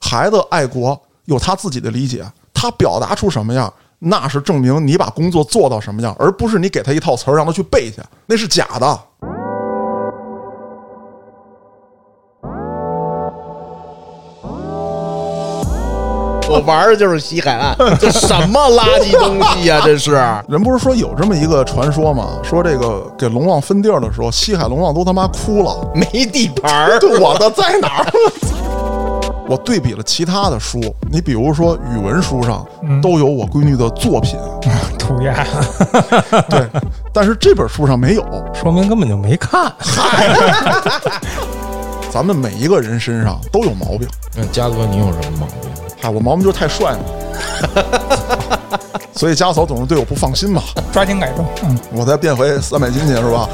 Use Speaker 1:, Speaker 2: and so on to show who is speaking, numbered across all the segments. Speaker 1: 孩子爱国有他自己的理解，他表达出什么样，那是证明你把工作做到什么样，而不是你给他一套词儿让他去背去，那是假的。
Speaker 2: 我玩的就是西海岸，这什么垃圾东西呀、这是
Speaker 1: 人不是说有这么一个传说吗？说这个给龙王分地儿的时候，西海龙王都他妈哭了。
Speaker 2: 没地盘儿。
Speaker 1: 对，我的在哪儿？ 我对比了其他的书，你比如说语文书上都有我闺女的作品，
Speaker 3: 涂鸦，
Speaker 1: 对，但是这本书上没有。
Speaker 3: 说明根本就没看。
Speaker 1: 咱们每一个人身上都有毛病，
Speaker 4: 那嘉哥，你有什么毛病？
Speaker 1: 嗨，啊我毛病就是太帅了，所以家嫂总是对我不放心嘛。
Speaker 3: 抓紧改正，嗯，
Speaker 1: 我再变回三百斤去是吧？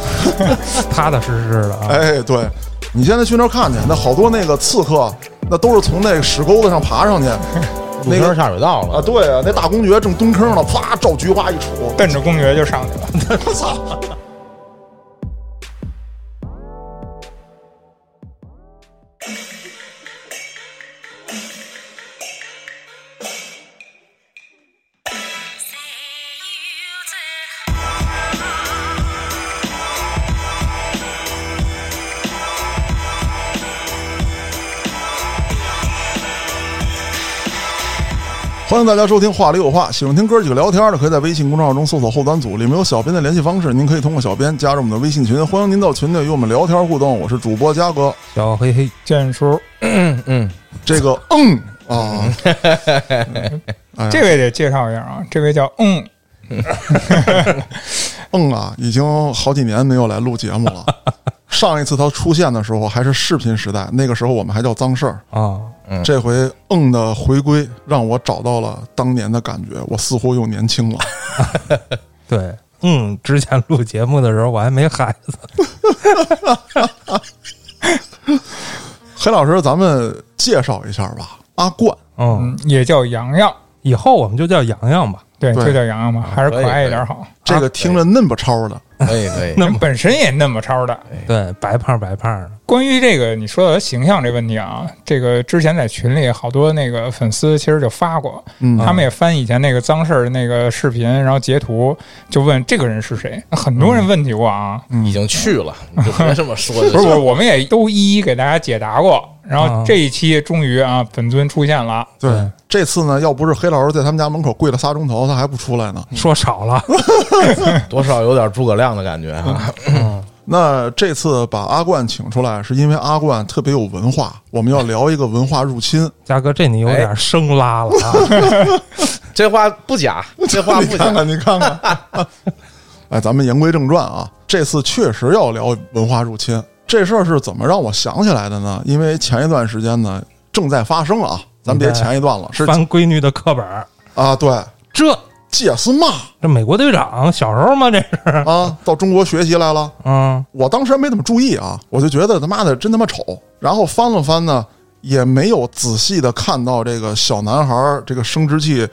Speaker 3: 踏踏实实的
Speaker 5: 呃
Speaker 3: 啊。
Speaker 1: 哎，对，你现在去那儿看去，那好多那个刺客，那都是从那屎沟子上爬上去，那
Speaker 4: 入
Speaker 1: 个
Speaker 4: 坑下水道了
Speaker 1: 啊，对啊，那大公爵正蹲坑呢，啪，照菊花一杵，
Speaker 3: 奔着公爵就上 去了。
Speaker 1: 我操！欢迎大家收听《话里有话》，喜欢听哥几个聊天的，可以在微信公众号中搜索“后端组”，里面有小编的联系方式，您可以通过小编加入我们的微信群，欢迎您到群内与我们聊天互动。我是主播嘉哥，
Speaker 3: 小黑黑
Speaker 5: 建叔，
Speaker 1: 这个嗯啊，
Speaker 3: 这位得介绍一下啊，这位叫嗯，
Speaker 1: 嗯啊，已经好几年没有来录节目 了。上一次他出现的时候还是视频时代，那个时候我们还叫脏事儿。
Speaker 3: 啊，
Speaker 1: 这回嗯的回归让我找到了当年的感觉，我似乎又年轻 了。
Speaker 3: 对，嗯，之前录节目的时候我还没孩子，
Speaker 1: 黑老师，咱们介绍一下吧。阿冠，
Speaker 3: 嗯，
Speaker 5: 嗯，也叫洋洋，
Speaker 3: 以后我们就叫洋洋吧。
Speaker 5: 对，
Speaker 1: 对
Speaker 5: 就叫洋洋吧，还是
Speaker 2: 可以
Speaker 5: 可爱一点好。
Speaker 1: 这个
Speaker 5: 哎
Speaker 1: 听着嫩不超的，
Speaker 2: 可以可以，
Speaker 5: 人本身也那么超的。
Speaker 3: 对，白胖白胖的，
Speaker 5: 关于这个你说的形象这问题啊，这个之前在群里好多那个粉丝其实就发过，
Speaker 1: 嗯
Speaker 5: 他们也翻以前那个脏事儿的那个视频，然后截图就问这个人是谁。很多人问起过啊，
Speaker 2: 已经去了，你就别这么说
Speaker 4: 嗯
Speaker 2: 就
Speaker 5: 不是
Speaker 2: 行。
Speaker 5: 我，我们也都一一给大家解答过。然后这一期终于啊，本尊出现了，
Speaker 1: 对，这次呢，要不是黑老师在他们家门口跪了仨钟头，他还不出来呢。
Speaker 3: 说少 了，
Speaker 2: 多少有点诸葛亮的感觉哈。
Speaker 1: 那这次把阿冠请出来，是因为阿冠特别有文化，我们要聊一个文化入侵。
Speaker 3: 嘉哥这你有点生拉了啊。
Speaker 2: 这话不假，这话
Speaker 1: 你
Speaker 2: 不
Speaker 1: 看
Speaker 2: 假。
Speaker 1: 看，你看看。哎，咱们言归正传啊，这次确实要聊文化入侵这事儿是怎么让我想起来的呢？因为前一段时间呢正在发生啊，咱别前一段了，是
Speaker 3: 翻闺女的课本儿，
Speaker 1: 啊，对，
Speaker 3: 这
Speaker 1: 杰斯骂
Speaker 3: 这美国队长小时候吗？这是，
Speaker 1: 啊，到中国学习来了。
Speaker 3: 嗯
Speaker 1: 我当时还没怎么注意啊，我就觉得他妈的真他妈丑。然后翻了翻呢，也没有仔细的看到这个小男孩儿这个生殖器、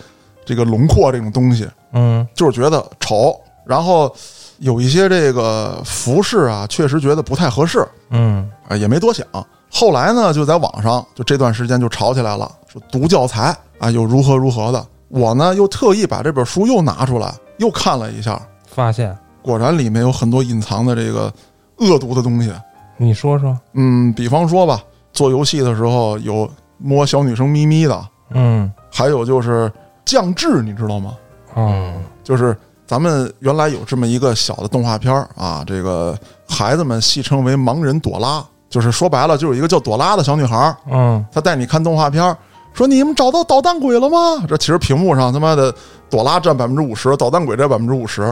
Speaker 1: 这个轮廓这种东西，
Speaker 3: 嗯
Speaker 1: 就是觉得丑。然后有一些这个服饰啊，确实觉得不太合适
Speaker 3: 嗯，
Speaker 1: 啊，也没多想。后来呢，就在网上就这段时间就吵起来了，说读教材啊，又如何如何的。我呢又特意把这本书又拿出来又看了一下，
Speaker 3: 发现
Speaker 1: 果然里面有很多隐藏的这个恶毒的东西。
Speaker 3: 你说说，
Speaker 1: 嗯，比方说吧，做游戏的时候有摸小女生咪咪的，
Speaker 3: 嗯
Speaker 1: 还有就是降智，你知道吗？
Speaker 3: 哦
Speaker 1: 就是咱们原来有这么一个小的动画片儿啊，这个孩子们戏称为“盲人朵拉”，就是说白了，就有一个叫朵拉的小女孩儿，
Speaker 3: 嗯
Speaker 1: 她带你看动画片儿，说你们找到捣蛋鬼了吗？这其实屏幕上他妈的朵拉占百分之五十，捣蛋鬼占百分之五十，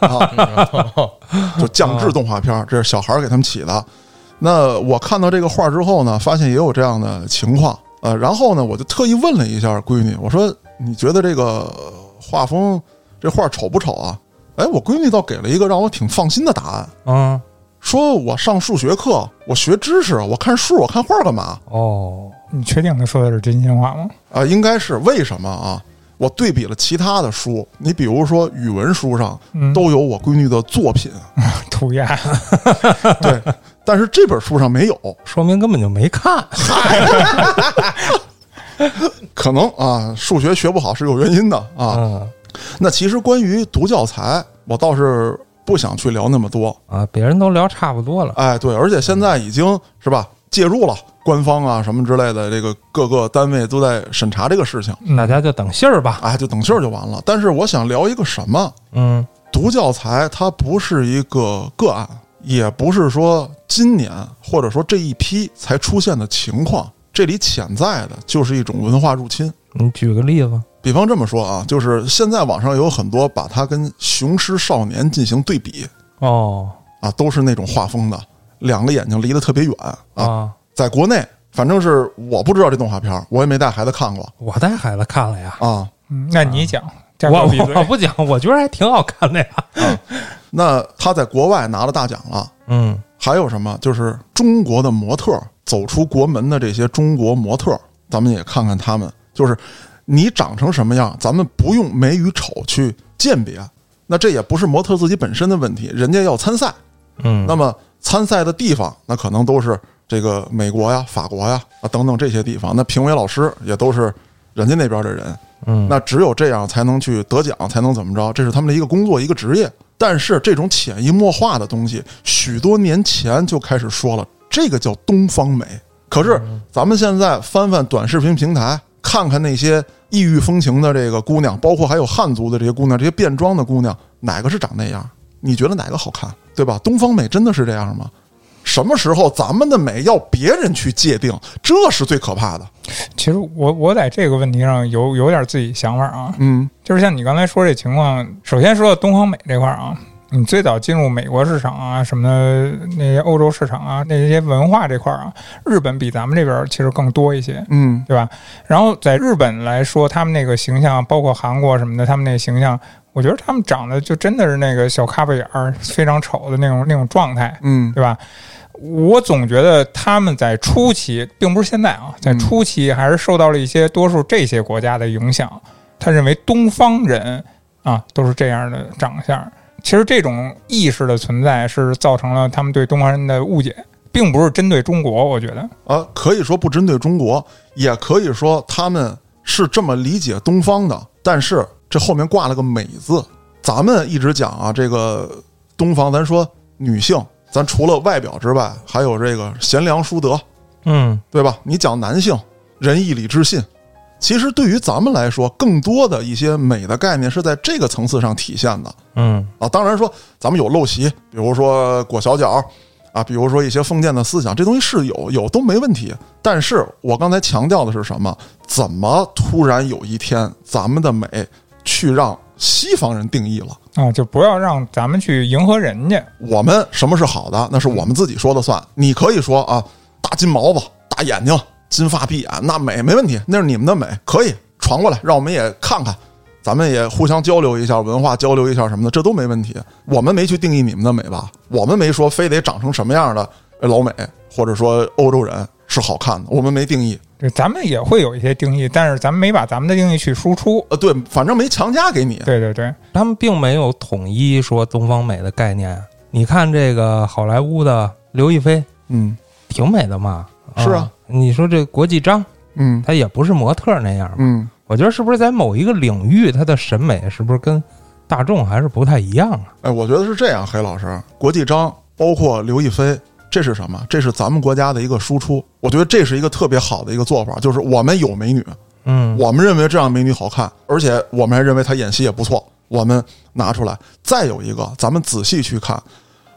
Speaker 1: 啊，就降智动画片儿，这是小孩儿给他们起的。那我看到这个画之后呢，发现也有这样的情况，呃，然后呢，我就特意问了一下闺女，我说你觉得这个呃画风这画丑不丑啊？哎，我闺女倒给了一个让我挺放心的答案，
Speaker 3: 嗯
Speaker 1: 说我上数学课，我学知识，我看数，我看画干嘛？
Speaker 3: 哦，
Speaker 5: 你确定他说的是真心话吗？
Speaker 1: 啊，应该是为什么啊？我对比了其他的书，你比如说语文书上
Speaker 5: 嗯
Speaker 1: 都有我闺女的作品， 啊
Speaker 5: 涂鸦，
Speaker 1: 对，但是这本书上没有。
Speaker 3: 说明根本就没看。
Speaker 1: 可能啊，数学学不好是有原因的啊。
Speaker 3: 嗯
Speaker 1: 那其实关于读教材，我倒是不想去聊那么多。
Speaker 3: 啊，别人都聊差不多了，
Speaker 1: 哎，对，而且现在已经是吧介入了，官方啊什么之类的，这个各个单位都在审查这个事情。
Speaker 3: 大家就等信儿吧。
Speaker 1: 哎，就等信儿就完了。但是我想聊一个什么？
Speaker 3: 嗯
Speaker 1: 读教材它不是一个个案，也不是说今年或者说这一批才出现的情况。这里潜在的就是一种文化入侵。
Speaker 3: 你举个例子，
Speaker 1: 比方这么说啊，就是现在网上有很多把它跟《雄狮少年》进行对比
Speaker 3: 哦
Speaker 1: 啊，都是那种画风的，两个眼睛离得特别远啊。
Speaker 3: 啊，
Speaker 1: 在国内，反正是我不知道这动画片儿，我也没带孩子看过
Speaker 3: 我带孩子看了呀，
Speaker 1: 啊。
Speaker 5: 嗯那你讲，大哥
Speaker 3: 我
Speaker 5: 闭嘴
Speaker 3: 我不讲，我觉得还挺好看的呀。
Speaker 1: 那他在国外拿了大奖了，
Speaker 3: 嗯
Speaker 1: 还有什么？就是中国的模特走出国门的这些中国模特，咱们也看看他们，就是你长成什么样，咱们不用美与丑去鉴别。那这也不是模特自己本身的问题，人家要参赛，
Speaker 3: 嗯，
Speaker 1: 那么参赛的地方，那可能都是这个美国呀、法国呀啊等等这些地方。那评委老师也都是人家那边的人，
Speaker 3: 嗯，
Speaker 1: 那只有这样才能去得奖，才能怎么着？这是他们的一个工作，一个职业。但是这种潜移默化的东西，许多年前就开始说了，这个叫东方美。可是
Speaker 3: 嗯
Speaker 1: 咱们现在翻翻短视频平台，看看那些异域风情的这个姑娘，包括还有汉族的这些姑娘，这些变装的姑娘，哪个是长那样？你觉得哪个好看？对吧？东方美真的是这样吗？什么时候咱们的美要别人去界定，这是最可怕的。
Speaker 5: 其实我我在这个问题上有有点自己想法啊，
Speaker 1: 嗯
Speaker 5: 就是像你刚才说这情况，首先说到东方美这块儿啊，你最早进入美国市场啊，什么的那些欧洲市场啊，那些文化这块儿啊，日本比咱们这边儿其实更多一些，
Speaker 1: 嗯
Speaker 5: 对吧？然后在日本来说，他们那个形象，包括韩国什么的，他们那个形象，我觉得他们长得就真的是那个小咖啡眼儿，非常丑的那种那种状态，
Speaker 1: 嗯
Speaker 5: 对吧？我总觉得他们在初期，并不是现在啊，在
Speaker 1: 嗯
Speaker 5: 初期还是受到了一些多数这些国家的影响。他认为东方人啊都是这样的长相，其实这种意识的存在是造成了他们对东方人的误解，并不是针对中国。我觉得，
Speaker 1: 啊，可以说不针对中国，也可以说他们是这么理解东方的，但是这后面挂了个美字。咱们一直讲啊，这个东方，咱说女性，咱除了外表之外，还有这个贤良淑德，
Speaker 3: 嗯
Speaker 1: 对吧？你讲男性仁义礼智信，其实对于咱们来说，更多的一些美的概念是在这个层次上体现的
Speaker 3: 嗯
Speaker 1: 啊。当然说，咱们有陋习，比如说裹小脚啊，比如说一些封建的思想，这东西是有有都没问题。但是我刚才强调的是什么？怎么突然有一天，咱们的美去让西方人定义了？
Speaker 5: 啊，就不要让咱们去迎合人家。
Speaker 1: 我们什么是好的，那是我们自己说了算。你可以说啊，大金毛子、大眼睛、金发碧眼，那美没问题，那是你们的美，可以传过来，让我们也看看，咱们也互相交流一下，文化交流一下什么的，这都没问题。我们没去定义你们的美吧，我们没说非得长成什么样的呃老美，或者说欧洲人是好看的，我们没定义。
Speaker 5: 对，咱们也会有一些定义，但是咱们没把咱们的定义去输出。
Speaker 1: 呃，对，反正没强加给你。
Speaker 5: 对对对，
Speaker 3: 他们并没有统一说东方美的概念。啊你看这个好莱坞的刘亦菲，
Speaker 1: 嗯
Speaker 3: 挺美的嘛。
Speaker 1: 是啊
Speaker 3: 你说这国际章，
Speaker 1: 嗯
Speaker 3: 她也不是模特那样嘛。
Speaker 1: 嗯，
Speaker 3: 我觉得是不是在某一个领域，她的审美是不是跟大众还是不太一样啊？
Speaker 1: 哎，我觉得是这样，黑老师，国际章包括刘亦菲，这是什么？这是咱们国家的一个输出。我觉得这是一个特别好的一个做法，就是我们有美女，
Speaker 3: 嗯，
Speaker 1: 我们认为这样美女好看，而且我们还认为她演戏也不错，我们拿出来。再有一个，咱们仔细去看，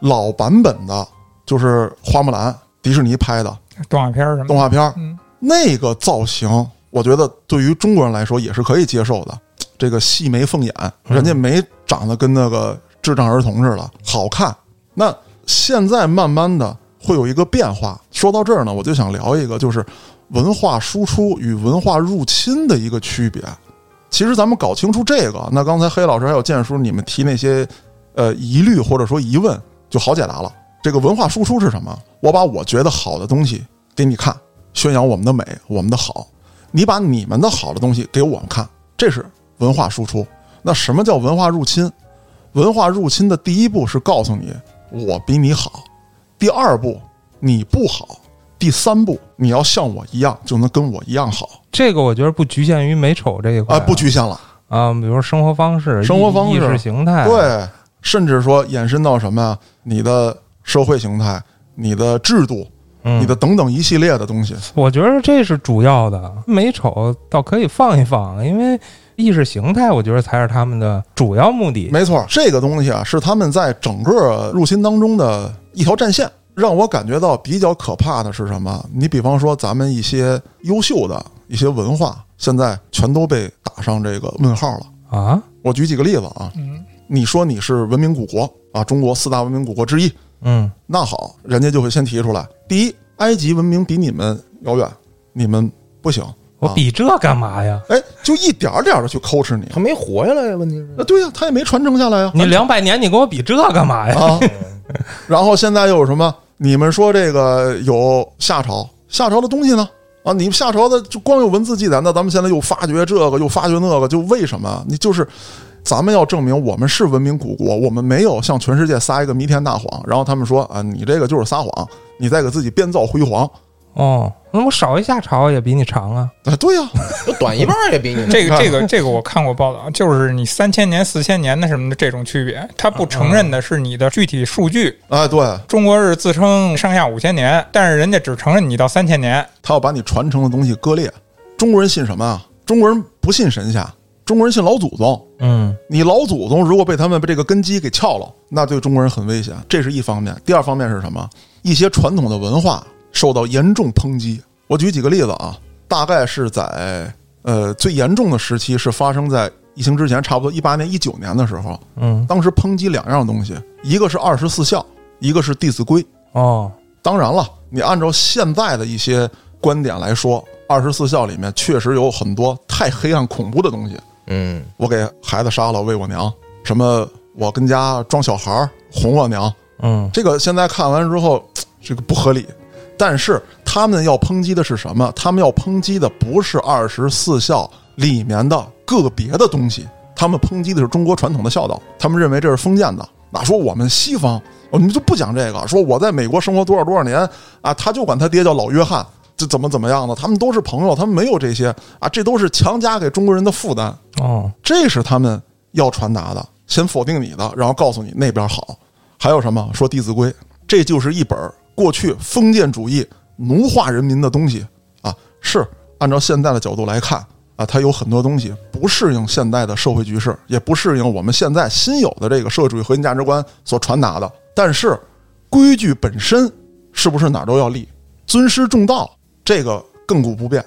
Speaker 1: 老版本的，就是花木兰，迪士尼拍的
Speaker 5: 动画片儿什么的
Speaker 1: 动画片儿，
Speaker 5: 嗯
Speaker 1: 那个造型，我觉得对于中国人来说也是可以接受的。这个细眉凤眼，
Speaker 5: 嗯
Speaker 1: 人家没长得跟那个智障儿童似的，好看。那现在慢慢的会有一个变化。说到这儿呢，我就想聊一个，就是文化输出与文化入侵的一个区别。其实咱们搞清楚这个，那刚才黑老师还有建叔你们提那些呃疑虑或者说疑问，就好解答了。这个文化输出是什么？我把我觉得好的东西给你看，宣扬我们的美，我们的好。你把你们的好的东西给我们看，这是文化输出。那什么叫文化入侵？文化入侵的第一步是告诉你我比你好，第二步你不好，第三步你要像我一样就能跟我一样好。
Speaker 3: 这个我觉得不局限于美丑这一块
Speaker 1: 啊，不局限了，
Speaker 3: 啊，比如说生活方式、
Speaker 1: 生活方式
Speaker 3: 意意识形态，，啊
Speaker 1: 对，甚至说延伸到什么呀？你的社会形态、你的制度、
Speaker 3: 嗯、
Speaker 1: 你的等等一系列的东西，
Speaker 3: 我觉得这是主要的，美丑倒可以放一放，因为意识形态，我觉得才是他们的主要目的。
Speaker 1: 没错，这个东西啊，是他们在整个入侵当中的一条战线。让我感觉到比较可怕的是什么？你比方说，咱们一些优秀的一些文化，现在全都被打上这个问号了。
Speaker 3: 啊，
Speaker 1: 我举几个例子啊，
Speaker 5: 嗯
Speaker 1: 你说你是文明古国啊，中国四大文明古国之一，
Speaker 3: 嗯
Speaker 1: 那好，人家就会先提出来：第一，埃及文明比你们遥远，你们不行。
Speaker 3: 我
Speaker 1: 啊
Speaker 3: 比这干嘛呀？
Speaker 1: 哎，就一点儿点儿的去抠哧你。
Speaker 2: 他没活下来呀，问题
Speaker 1: 啊，
Speaker 2: 是
Speaker 1: 对呀、他也没传承下来呀、
Speaker 3: 你两百年，你跟我比这干嘛呀？
Speaker 1: 啊，然后现在又有什么？你们说这个有夏朝，夏朝的东西呢？啊，你们夏朝的就光有文字记载，那咱们现在又发掘这个，又发掘那个，就为什么？你就是咱们要证明我们是文明古国，我们没有向全世界撒一个弥天大谎。然后他们说啊，你这个就是撒谎，你在给自己编造辉煌。
Speaker 3: 哦，那我少一下朝也比你长啊。
Speaker 1: 啊，对呀、
Speaker 2: 就短一半儿也比你
Speaker 5: 这个这个这个我看过报道，就是你三千年、四千年的什么的这种区别，它不承认的是你的具体数据。
Speaker 1: 哎，对，
Speaker 5: 中国是自称上下五千年，但是人家只承认你到三千年。
Speaker 1: 他要把你传承的东西割裂。中国人信什么啊？中国人不信神仙，中国人信老祖宗。
Speaker 3: 嗯
Speaker 1: 你老祖宗如果被他们被这个根基给撬了，那对中国人很危险，这是一方面。第二方面是什么？一些传统的文化受到严重抨击。我举几个例子啊，大概是在呃最严重的时期是发生在疫情之前，差不多一八年、一九年的时候，
Speaker 3: 嗯
Speaker 1: 当时抨击两样东西，一个是二十四孝，一个是《弟子规》。
Speaker 3: 哦
Speaker 1: 当然了，你按照现在的一些观点来说，二十四孝里面确实有很多太黑暗恐怖的东西。
Speaker 2: 嗯，
Speaker 1: 我给孩子杀了喂我娘，什么我跟家装小孩儿哄我娘，
Speaker 3: 嗯
Speaker 1: 这个现在看完之后，嘖这个不合理。但是他们要抨击的是什么？他们要抨击的不是二十四孝里面的个别的东西，他们抨击的是中国传统的孝道。他们认为这是封建的。哪说我们西方，我们就不讲这个。说我在美国生活多少多少年啊，他就管他爹叫老约翰，这怎么怎么样的？他们都是朋友，他们没有这些啊，这都是强加给中国人的负担。
Speaker 3: 哦
Speaker 1: 这是他们要传达的。先否定你的，然后告诉你那边好。还有什么说《弟子规》，这就是一本过去封建主义奴化人民的东西啊。是按照现在的角度来看啊，它有很多东西不适应现代的社会局势，也不适应我们现在新有的这个社会主义核心价值观所传达的。但是，规矩本身是不是哪儿都要立？尊师重道，这个亘古不变。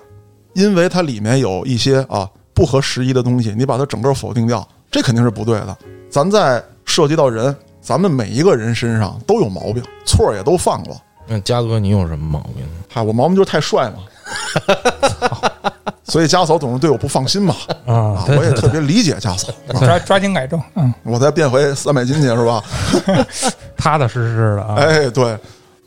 Speaker 1: 因为它里面有一些啊不合时宜的东西，你把它整个否定掉，这肯定是不对的。咱在涉及到人，咱们每一个人身上都有毛病，错儿也都犯过。
Speaker 4: 那嘉哥，你有什么毛病？
Speaker 1: 嗨，我毛病就是太帅 嘛，所以家嫂总是对我不放心嘛。
Speaker 3: 啊
Speaker 1: 啊，，
Speaker 3: 对
Speaker 1: 我也
Speaker 3: 对
Speaker 1: 特
Speaker 3: 对，
Speaker 1: 别理解家嫂，啊
Speaker 5: 抓抓紧改正，嗯，
Speaker 1: 我再变回三百斤去是吧？
Speaker 3: 踏踏实实的啊。
Speaker 1: 哎，对，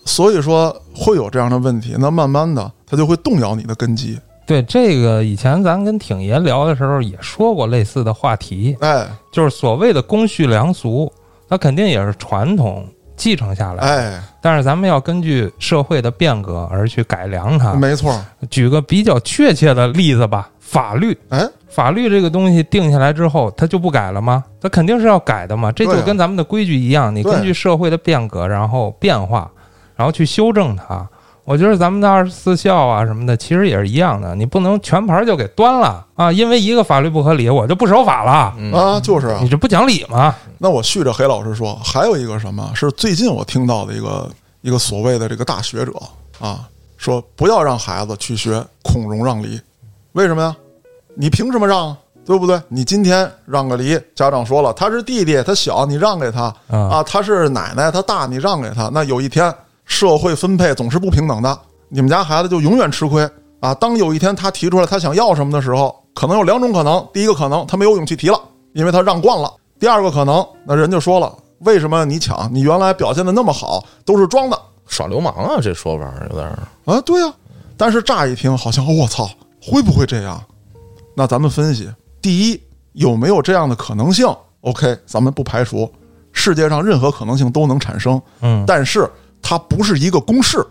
Speaker 1: 所以说会有这样的问题，那慢慢的它就会动摇你的根基。
Speaker 3: 对这个，以前咱跟挺爷聊的时候也说过类似的话题，
Speaker 1: 哎
Speaker 3: 就是所谓的公序良俗，它肯定也是传统继承下来，
Speaker 1: 哎，
Speaker 3: 但是咱们要根据社会的变革而去改良它。
Speaker 1: 没错儿，
Speaker 3: 举个比较确切的例子吧，法律，
Speaker 1: 哎，
Speaker 3: 法律这个东西定下来之后，它就不改了吗？它肯定是要改的嘛。这
Speaker 1: 对
Speaker 3: 就
Speaker 1: 啊
Speaker 3: 跟咱们的规矩一样，你
Speaker 1: 对
Speaker 3: 根据社会的变革，然后变化，然后去修正它。我觉得咱们的二十四孝啊什么的，其实也是一样的，你不能全盘就给端了啊！因为一个法律不合理，我就不守法了，
Speaker 4: 嗯
Speaker 1: 啊，就是啊
Speaker 3: 你，这不讲理吗？
Speaker 1: 那我续着黑老师说，还有一个什么是最近我听到的一个一个所谓的这个大学者啊，说不要让孩子去学孔融让梨，为什么呀？你凭什么让啊？对不对？你今天让个梨，家长说了他是弟弟，他小，你让给他
Speaker 3: 啊
Speaker 1: 啊；他是奶奶，他大，你让给他。那有一天社会分配总是不平等的，你们家孩子就永远吃亏啊。当有一天他提出来他想要什么的时候，可能有两种可能：第一个可能他没有勇气提了，因为他让惯了；第二个可能，那人就说了，为什么你抢？你原来表现的那么好，都是装的
Speaker 2: 耍流氓啊，这说法儿有点儿
Speaker 1: 啊？对呀、但是乍一听好像哦我操，会不会这样？那咱们分析，第一有没有这样的可能性？OK，咱们不排除，世界上任何可能性都能产生，
Speaker 3: 嗯
Speaker 1: 但是它不是一个公式，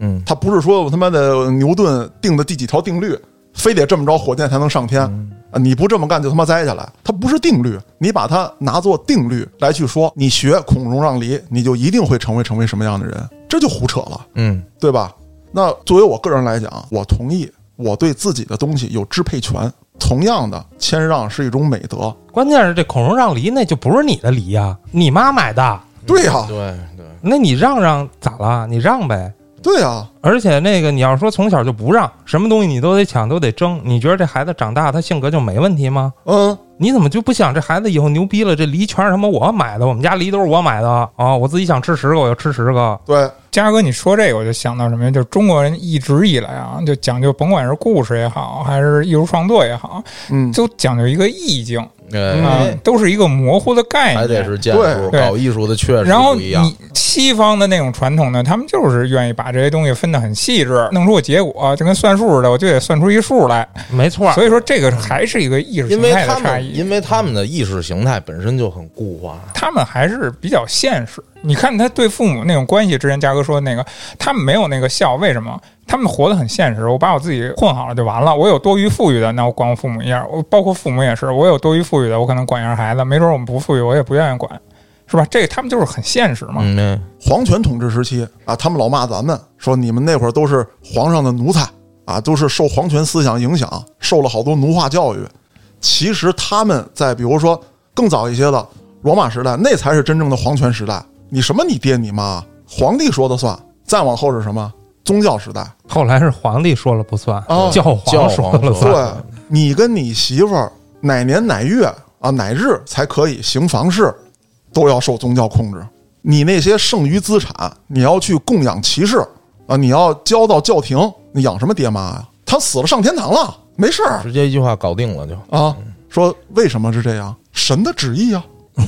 Speaker 4: 嗯，
Speaker 1: 它不是说我他妈的牛顿定的第几条定律，非得这么着火箭才能上天。啊你不这么干就他妈栽下来，它不是定律，你把它拿作定律来去说，你学孔融让梨，你就一定会成为成为什么样的人，这就胡扯了，
Speaker 4: 嗯
Speaker 1: 对吧？那作为我个人来讲，我同意，我对自己的东西有支配权。同样的，谦让是一种美德，
Speaker 3: 关键是这孔融让梨那就不是你的梨呀、你妈买的，
Speaker 1: 对呀、
Speaker 4: 对对，
Speaker 3: 那你让让咋了？你让呗。
Speaker 1: 对啊呀、
Speaker 3: 而且那个你要说从小就不让，什么东西你都得抢，都得争，你觉得这孩子长大他性格就没问题吗？
Speaker 1: 嗯，
Speaker 3: 你怎么就不想这孩子以后牛逼了？这梨全是他妈我买的，我们家梨都是我买的啊、我自己想吃十个我就吃十个。
Speaker 1: 对，
Speaker 5: 嘉哥，你说这个我就想到什么呀？就中国人一直以来啊，就讲究，甭管是故事也好，还是艺术创作也好，
Speaker 1: 嗯，
Speaker 5: 都讲究一个意境
Speaker 4: 哎，
Speaker 5: 啊，都是一个模糊的概念，
Speaker 4: 还得是建筑
Speaker 5: 对
Speaker 4: 搞艺术的确实
Speaker 5: 然后
Speaker 4: 不一样，
Speaker 5: 你西方的那种传统呢，他们就是愿意把这些东西分得很细致，弄出个结果，就跟算数似的，我就得算出一数来。
Speaker 3: 没错儿，
Speaker 5: 所以说，这个还是一个意识
Speaker 4: 因
Speaker 5: 形
Speaker 4: 为
Speaker 5: 态的
Speaker 4: 他
Speaker 5: 差
Speaker 4: 们
Speaker 5: 异。啊
Speaker 4: 因为他们的意识形态本身就很固化，
Speaker 5: 他们还是比较现实。你看他对父母那种关系，之前嘉哥说的那个，他们没有那个孝，为什么？他们活得很现实。我把我自己混好了就完了。我有多余富裕的，那我管我父母一样。我包括父母也是，我有多余富裕的，我可能管一下孩子。没准我们不富裕，我也不愿意管，是吧？这个他们就是很现实嘛。
Speaker 4: 嗯，
Speaker 1: 皇权统治时期啊，他们老骂咱们说你们那会儿都是皇上的奴才啊，都是受皇权思想影响，受了好多奴化教育。其实他们在比如说更早一些的罗马时代，那才是真正的皇权时代。你什么你爹你妈，皇帝说的算。再往后是什么？宗教时代。
Speaker 3: 后来是皇帝说了不算，
Speaker 1: 哦
Speaker 3: 教
Speaker 4: 教
Speaker 3: 皇说
Speaker 4: 皇
Speaker 3: 了
Speaker 4: 说
Speaker 3: 算。
Speaker 1: 对，你跟你媳妇儿哪年哪月啊哪日才可以行房事，都要受宗教控制。你那些剩余资产，你要去供养骑士啊，你要交到教廷，你养什么爹妈呀、他死了上天堂了，没事儿
Speaker 4: 直接一句话搞定了就。
Speaker 1: 啊。说为什么是这样？神的旨意啊，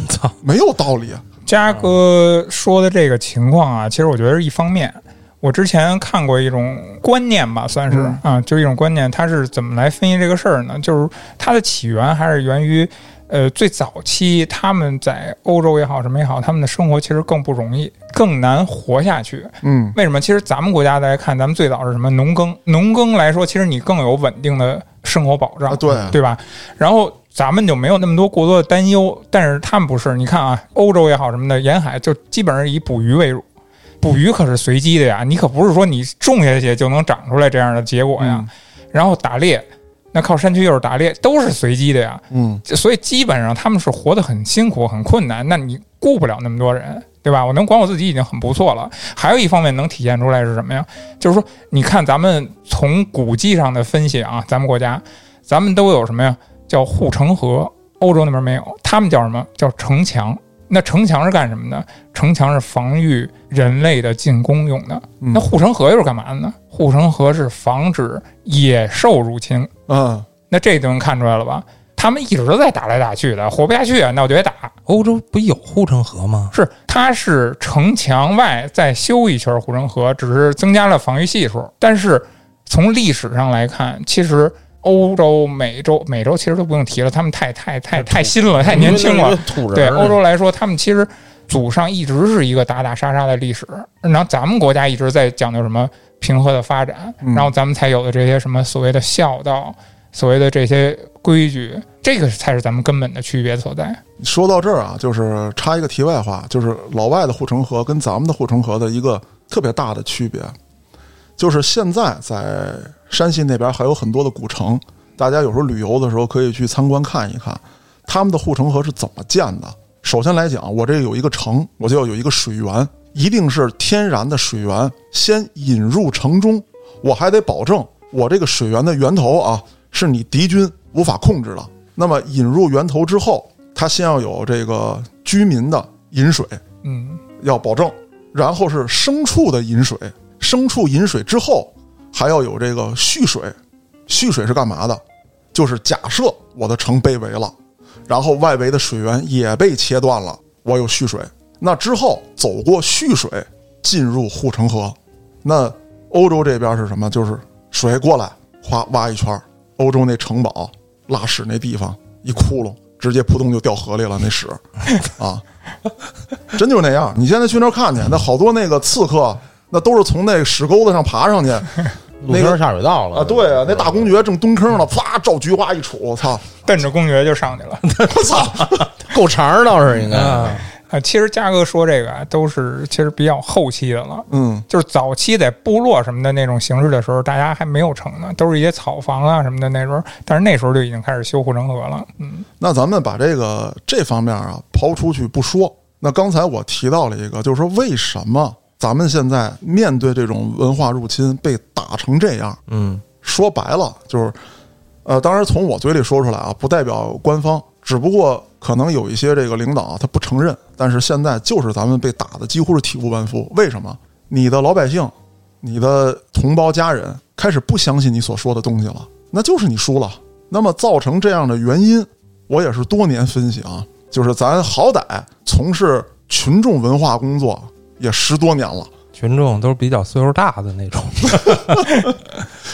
Speaker 3: 操，
Speaker 1: 没有道理。啊
Speaker 5: 嘉哥说的这个情况啊，其实我觉得是一方面。我之前看过一种观念吧，算是、
Speaker 1: 嗯
Speaker 5: 啊，就是一种观念，它是怎么来分析这个事儿呢？就是它的起源还是源于，呃，最早期他们在欧洲也好，什么也好，他们的生活其实更不容易，更难活下去。
Speaker 1: 嗯
Speaker 5: 为什么？其实咱们国家来看，咱们最早是什么农耕？农耕来说，其实你更有稳定的生活保障，
Speaker 1: 啊，对，
Speaker 5: 对吧？然后咱们就没有那么多过多的担忧，但是他们不是，你看啊，欧洲也好什么的，沿海就基本上以捕鱼为主，捕鱼可是随机的呀，你可不是说你种下去就能长出来这样的结果呀。
Speaker 1: 嗯
Speaker 5: 然后打猎，那靠山区又是打猎，都是随机的呀，
Speaker 1: 嗯
Speaker 5: 就所以基本上他们是活得很辛苦、很困难，那你顾不了那么多人。对吧？我能管我自己已经很不错了。还有一方面能体现出来是什么呀？就是说，你看咱们从古迹上的分析啊，咱们国家，咱们都有什么呀？叫护城河，欧洲那边没有，他们叫什么？叫城墙。那城墙是干什么的？城墙是防御人类的进攻用的。
Speaker 1: 嗯
Speaker 5: 那护城河又是干嘛的呢？护城河是防止野兽入侵。
Speaker 1: 嗯，
Speaker 5: 那这就能看出来了吧？他们一直在打来打去的，活不下去啊，那我就得打。
Speaker 3: 欧洲不有护城河吗？
Speaker 5: 是，它是城墙外再修一圈护城河，只是增加了防御系数。但是从历史上来看，其实欧洲、美洲、美洲其实都不用提了，他们太太太太新了，太年轻了。
Speaker 4: 土
Speaker 5: 对
Speaker 4: 人儿
Speaker 5: 欧洲来说，他们其实祖上一直是一个打打杀杀的历史，然后咱们国家一直在讲究什么平和的发展，
Speaker 1: 嗯
Speaker 5: 然后咱们才有的这些什么所谓的孝道，所谓的这些规矩，这个才是咱们根本的区别所在。
Speaker 1: 说到这儿啊，就是插一个题外话，就是老外的护城河跟咱们的护城河的一个特别大的区别，就是现在在山西那边还有很多的古城，大家有时候旅游的时候可以去参观看一看，他们的护城河是怎么建的。首先来讲，我这有一个城，我就要有一个水源，一定是天然的水源，先引入城中，我还得保证我这个水源的源头啊，是你敌军无法控制的。那么引入源头之后，它先要有这个居民的饮水，
Speaker 5: 嗯，
Speaker 1: 要保证，然后是牲畜的饮水，牲畜饮水之后还要有这个蓄水，蓄水是干嘛的？就是假设我的城被围了，然后外围的水源也被切断了，我有蓄水，那之后走过蓄水进入护城河。那欧洲这边是什么？就是水过来，哗挖一圈儿，欧洲那城堡拉屎那地方一窟窿，直接扑通就掉河里了，那屎啊。真就是那样。你现在去那儿看去，那好多那个刺客，那都是从那屎沟子上爬上去，
Speaker 4: 陆
Speaker 1: 那个
Speaker 4: 生下水道了
Speaker 1: 啊，对啊，那大公爵正蹲坑呢，啪照菊花一杵，我 操，
Speaker 5: 奔着公爵就上去了。
Speaker 1: 我操，
Speaker 4: 够长儿倒是应该。
Speaker 3: 啊，
Speaker 5: 啊，其实嘉哥说这个啊，都是其实比较后期的了。
Speaker 1: 嗯，
Speaker 5: 就是早期在部落什么的那种形式的时候，大家还没有城呢，都是一些草房啊什么的那时候，但是那时候就已经开始修护城河了。嗯，
Speaker 1: 那咱们把这个这方面啊刨出去不说，那刚才我提到了一个，就是说为什么咱们现在面对这种文化入侵被打成这样？
Speaker 3: 嗯
Speaker 1: 说白了就是，呃，当然从我嘴里说出来啊，不代表官方，只不过可能有一些这个领导啊他不承认，但是现在就是咱们被打的几乎是体无完肤。为什么？你的老百姓，你的同胞家人开始不相信你所说的东西了，那就是你输了。那么造成这样的原因，我也是多年分析啊，就是咱好歹从事群众文化工作也十多年了。
Speaker 3: 群众都是比较岁数大的那种，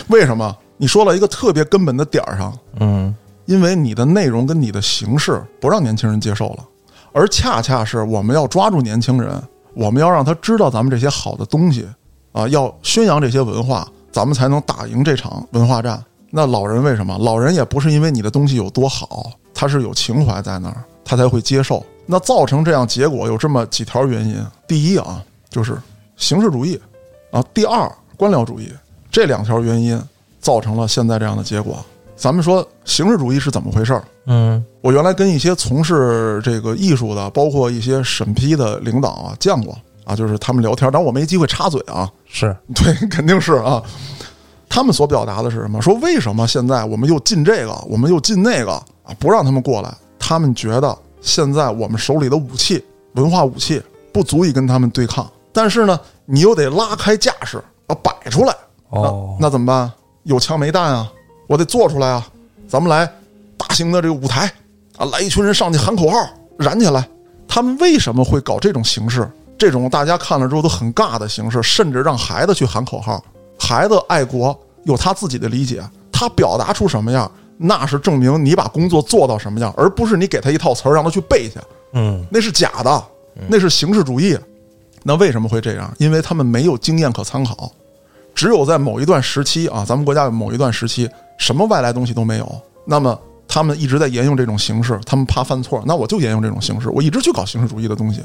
Speaker 1: 为什么？你说了一个特别根本的点儿上，
Speaker 3: 嗯
Speaker 1: 因为你的内容跟你的形式不让年轻人接受了，而恰恰是我们要抓住年轻人，我们要让他知道咱们这些好的东西啊，要宣扬这些文化，咱们才能打赢这场文化战。那老人为什么？老人也不是因为你的东西有多好，他是有情怀在那儿，他才会接受。那造成这样结果有这么几条原因：第一啊，就是形式主义啊；第二，官僚主义。这两条原因造成了现在这样的结果。咱们说形式主义是怎么回事儿？
Speaker 3: 嗯
Speaker 1: 我原来跟一些从事这个艺术的，包括一些审批的领导啊，见过啊，就是他们聊天，但我没机会插嘴啊。
Speaker 3: 是
Speaker 1: 对，肯定是啊。他们所表达的是什么？说为什么现在我们又进这个，我们又进那个啊，不让他们过来？他们觉得现在我们手里的武器，文化武器不足以跟他们对抗，但是呢，你又得拉开架势，要摆出来。啊
Speaker 3: 哦，
Speaker 1: 那那怎么办？啊有枪没弹啊，我得做出来啊！咱们来大型的这个舞台啊，来一群人上去喊口号，燃起来！他们为什么会搞这种形式？这种大家看了之后都很尬的形式，甚至让孩子去喊口号。孩子爱国有他自己的理解，他表达出什么样，那是证明你把工作做到什么样，而不是你给他一套词儿让他去背去。
Speaker 3: 嗯
Speaker 1: 那是假的，那是形式主义。那为什么会这样？因为他们没有经验可参考，只有在某一段时期啊，咱们国家有某一段时期什么外来东西都没有，那么他们一直在沿用这种形式，他们怕犯错，那我就沿用这种形式，我一直去搞形式主义的东西。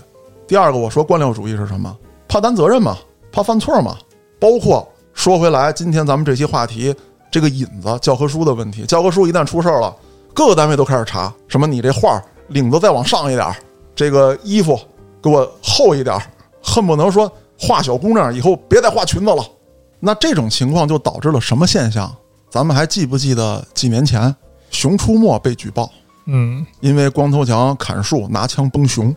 Speaker 1: 第二个，我说官僚主义是什么？怕担责任嘛，怕犯错嘛。包括说回来，今天咱们这期话题，这个引子教科书的问题，教科书一旦出事儿了，各个单位都开始查，什么你这画儿领子再往上一点儿，这个衣服给我厚一点儿，恨不能说画小姑娘以后别再画裙子了。那这种情况就导致了什么现象？咱们还记不记得几年前《熊出没》被举报？
Speaker 5: 嗯，
Speaker 1: 因为光头强砍树拿枪崩熊；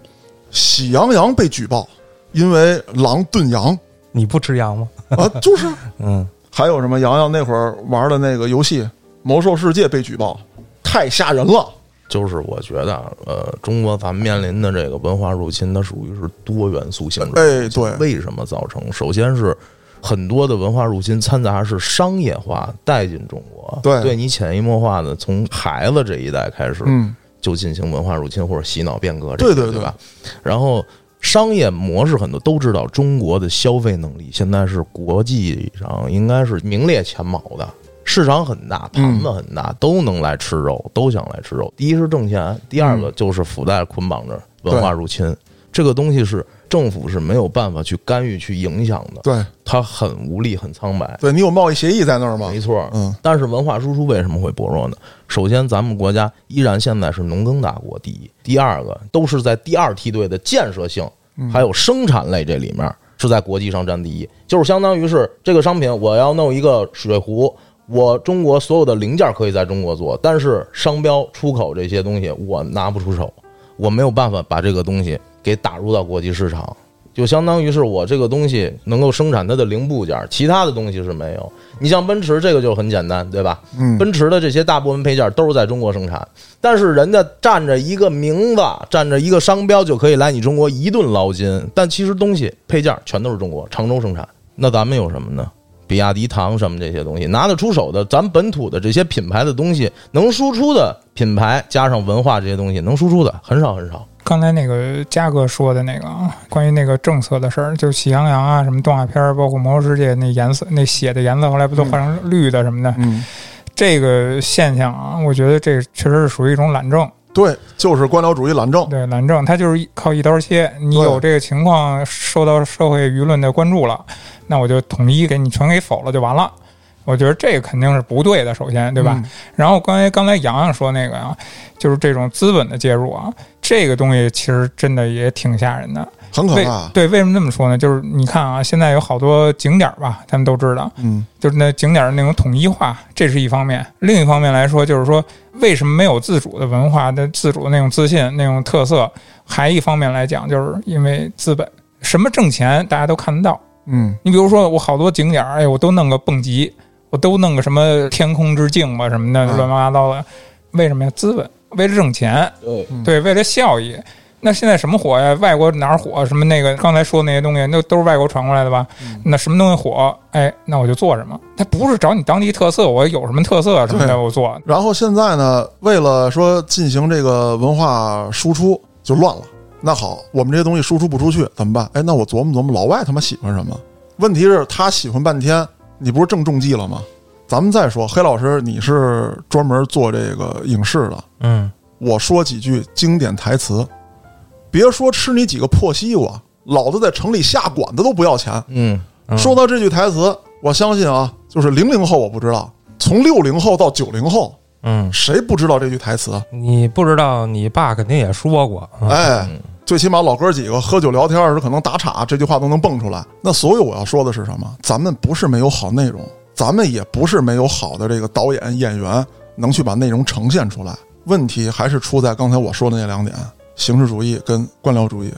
Speaker 1: 喜羊羊被举报，因为狼炖羊
Speaker 3: 你不吃羊吗？
Speaker 1: 啊，就是
Speaker 3: 嗯
Speaker 1: 还有什么洋洋那会儿玩的那个游戏《魔兽世界》被举报，太吓人了。
Speaker 4: 就是我觉得啊，呃，中国咱们面临的这个文化入侵，它属于是多元素性质。
Speaker 1: 哎，对，
Speaker 4: 为什么造成？首先是很多的文化入侵掺杂是商业化带进中国，
Speaker 1: 对
Speaker 4: 对你潜移默化的从孩子这一代开始，
Speaker 1: 嗯，
Speaker 4: 就进行文化入侵或者洗脑变革这
Speaker 1: 对
Speaker 4: 个，
Speaker 1: 对
Speaker 4: 对
Speaker 1: 对
Speaker 4: 吧？然后商业模式很多都知道，中国的消费能力现在是国际上应该是名列前茅的，市场很大，盘子很大，都能来吃肉，都想来吃肉。第一是挣钱，第二个就是附带捆绑着文化入侵，这个东西是政府是没有办法去干预、去影响的，
Speaker 1: 对
Speaker 4: 它很无力、很苍白。
Speaker 1: 对，你有贸易协议在那儿吗
Speaker 4: 没？错，
Speaker 1: 嗯，
Speaker 4: 但是文化输出为什么会薄弱呢？首先，咱们国家依然现在是农耕大国，第一；第二个，都是在第二梯队的建设性还有生产类这里面是在国际上占第一，就是相当于是这个商品，我要弄一个水壶。我中国所有的零件可以在中国做，但是商标、出口这些东西我拿不出手，我没有办法把这个东西给打入到国际市场，就相当于是我这个东西能够生产它的零部件，其他的东西是没有。你像奔驰这个就很简单，对吧？
Speaker 1: 嗯
Speaker 4: 奔驰的这些大部分配件都是在中国生产，但是人家占着一个名字，占着一个商标就可以来你中国一顿捞金，但其实东西配件全都是中国常州生产。那咱们有什么呢？比亚迪、唐什么这些东西拿得出手的，咱本土的这些品牌的东西能输出的品牌加上文化这些东西能输出的很少很少。
Speaker 5: 刚才那个嘉哥说的那个啊，关于那个政策的事儿，就喜羊羊啊，什么动画片儿，包括魔兽世界那颜色，那血的颜色后来不都换成绿的什么的，
Speaker 1: 嗯，
Speaker 5: 这个现象啊，我觉得这确实是属于一种懒政。
Speaker 1: 对，就是官僚主义懒政，
Speaker 5: 对，懒政它就是一靠一刀切，你
Speaker 1: 对
Speaker 5: 有这个情况受到社会舆论的关注了，那我就统一给你全给否了就完了。我觉得这个肯定是不对的，首先对吧？
Speaker 1: 嗯
Speaker 5: 然后刚才刚才洋洋说那个啊，就是这种资本的介入啊，这个东西其实真的也挺吓人的。
Speaker 1: 很可
Speaker 5: 为
Speaker 1: 怕。
Speaker 5: 对，为什么这么说呢？就是你看啊，现在有好多景点儿吧，咱们都知道，
Speaker 1: 嗯，
Speaker 5: 就是那景点儿那种统一化，这是一方面；另一方面来说，就是说为什么没有自主的文化的自主的那种自信、那种特色？还一方面来讲，就是因为资本，什么挣钱大家都看得到。
Speaker 1: 嗯，
Speaker 5: 你比如说，我好多景点儿，哎，我都弄个蹦极，我都弄个什么天空之镜吧什么的，
Speaker 1: 嗯
Speaker 5: 乱七八糟的。为什么呀？资本为了挣钱，
Speaker 4: 对
Speaker 3: 嗯
Speaker 5: 对，为了效益。那现在什么火呀？外国哪儿火？什么那个刚才说那些东西，那都是外国传过来的吧？
Speaker 3: 嗯
Speaker 5: 那什么东西火？哎，那我就做什么。它不是找你当地特色，我有什么特色什么
Speaker 1: 对
Speaker 5: 的我做。
Speaker 1: 然后现在呢，为了说进行这个文化输出，就乱了。那好，我们这些东西输出不出去怎么办？哎，那我琢磨琢磨，老外他妈喜欢什么？问题是，他喜欢半天，你不是正中计了吗？咱们再说，黑老师，你是专门做这个影视的，
Speaker 3: 嗯，
Speaker 1: 我说几句经典台词，别说吃你几个破西瓜，老子在城里下馆子都不要钱。
Speaker 4: 嗯，
Speaker 3: 嗯
Speaker 1: 说到这句台词，我相信啊，就是零零后我不知道，从六零后到九零后，
Speaker 3: 嗯，
Speaker 1: 谁不知道这句台词？
Speaker 3: 你不知道，你爸肯定也说过，嗯
Speaker 1: 哎，最起码老哥几个喝酒聊天的时候，可能打岔这句话都能蹦出来。那所以我要说的是什么？咱们不是没有好内容，咱们也不是没有好的这个导演、演员能去把内容呈现出来。问题还是出在刚才我说的那两点：形式主义跟官僚主义。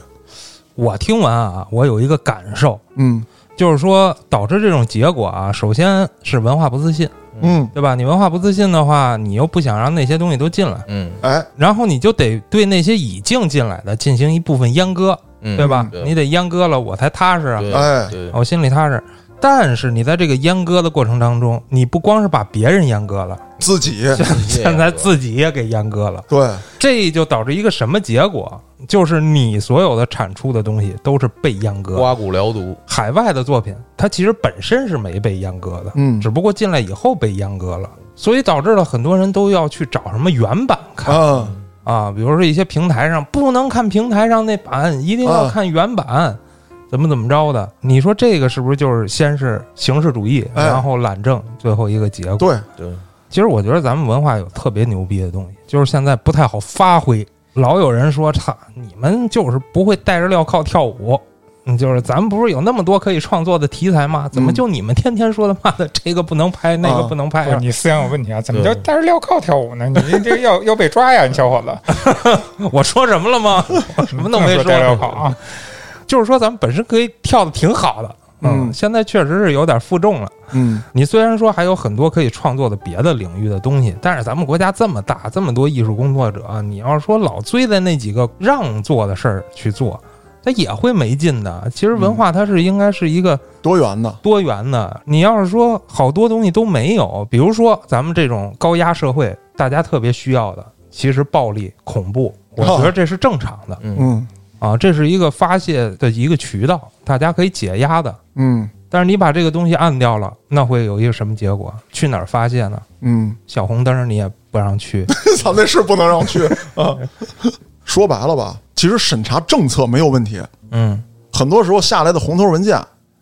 Speaker 3: 我听完啊，我有一个感受，
Speaker 1: 嗯
Speaker 3: 就是说导致这种结果啊，首先是文化不自信，
Speaker 1: 嗯，
Speaker 3: 对吧？你文化不自信的话，你又不想让那些东西都进来，
Speaker 4: 嗯
Speaker 1: 哎，
Speaker 3: 然后你就得对那些已经进来的进行一部分阉割，
Speaker 4: 嗯，
Speaker 3: 对吧？
Speaker 4: 对
Speaker 3: 你得阉割了，我才踏实啊，
Speaker 4: 对
Speaker 1: 哎
Speaker 4: 对
Speaker 3: 我心里踏实。但是你在这个阉割的过程当中，你不光是把别人阉割了，
Speaker 1: 自己
Speaker 3: 现在自己也给阉割了，
Speaker 1: 对
Speaker 3: 这就导致一个什么结果？就是你所有的产出的东西都是被阉割的。
Speaker 4: 刮骨疗毒，
Speaker 3: 海外的作品，它其实本身是没被阉割的，
Speaker 1: 嗯
Speaker 3: 只不过进来以后被阉割了，所以导致了很多人都要去找什么原版看啊
Speaker 1: 啊，
Speaker 3: 比如说一些平台上不能看平台上那版，一定要
Speaker 1: 啊
Speaker 3: 看原版，怎么怎么着的。你说这个是不是就是先是形式主义，
Speaker 1: 哎
Speaker 3: 然后懒政，最后一个结果？
Speaker 1: 对，
Speaker 4: 对，
Speaker 3: 其实我觉得咱们文化有特别牛逼的东西，就是现在不太好发挥。老有人说：“操，你们就是不会带着镣铐跳舞。”嗯，就是咱们不是有那么多可以创作的题材吗？怎么
Speaker 1: 嗯
Speaker 3: 就你们天天说的妈的这个不能拍，那个不能拍
Speaker 5: 不是
Speaker 3: 啊？
Speaker 5: 哎你思想有问题啊？怎么
Speaker 4: 对
Speaker 5: 就戴着镣铐跳舞呢？你这要要被抓呀，你小伙子！
Speaker 3: 我说什么了吗？我什么 都没
Speaker 5: 不能戴镣铐啊！
Speaker 3: 就是说咱们本身可以跳的挺好的，
Speaker 1: 嗯
Speaker 3: 现在确实是有点负重了。
Speaker 1: 嗯
Speaker 3: 你虽然说还有很多可以创作的别的领域的东西，但是咱们国家这么大，这么多艺术工作者，你要说老追在那几个让做的事儿去做，它也会没劲的。其实文化它是应该是一个
Speaker 1: 多元的，
Speaker 3: 多元的，你要是说好多东西都没有，比如说咱们这种高压社会，大家特别需要的，其实暴力、恐怖，我觉得这是正常的
Speaker 1: 嗯
Speaker 3: 啊，这是一个发泄的一个渠道，大家可以解压的。
Speaker 1: 嗯
Speaker 3: 但是你把这个东西按掉了，那会有一个什么结果？去哪儿发泄呢？
Speaker 1: 嗯，
Speaker 3: 小红灯儿你也不让去，
Speaker 1: 操，那是不能让我 去啊。说白了吧，其实审查政策没有问题，
Speaker 3: 嗯
Speaker 1: 很多时候下来的红头文件，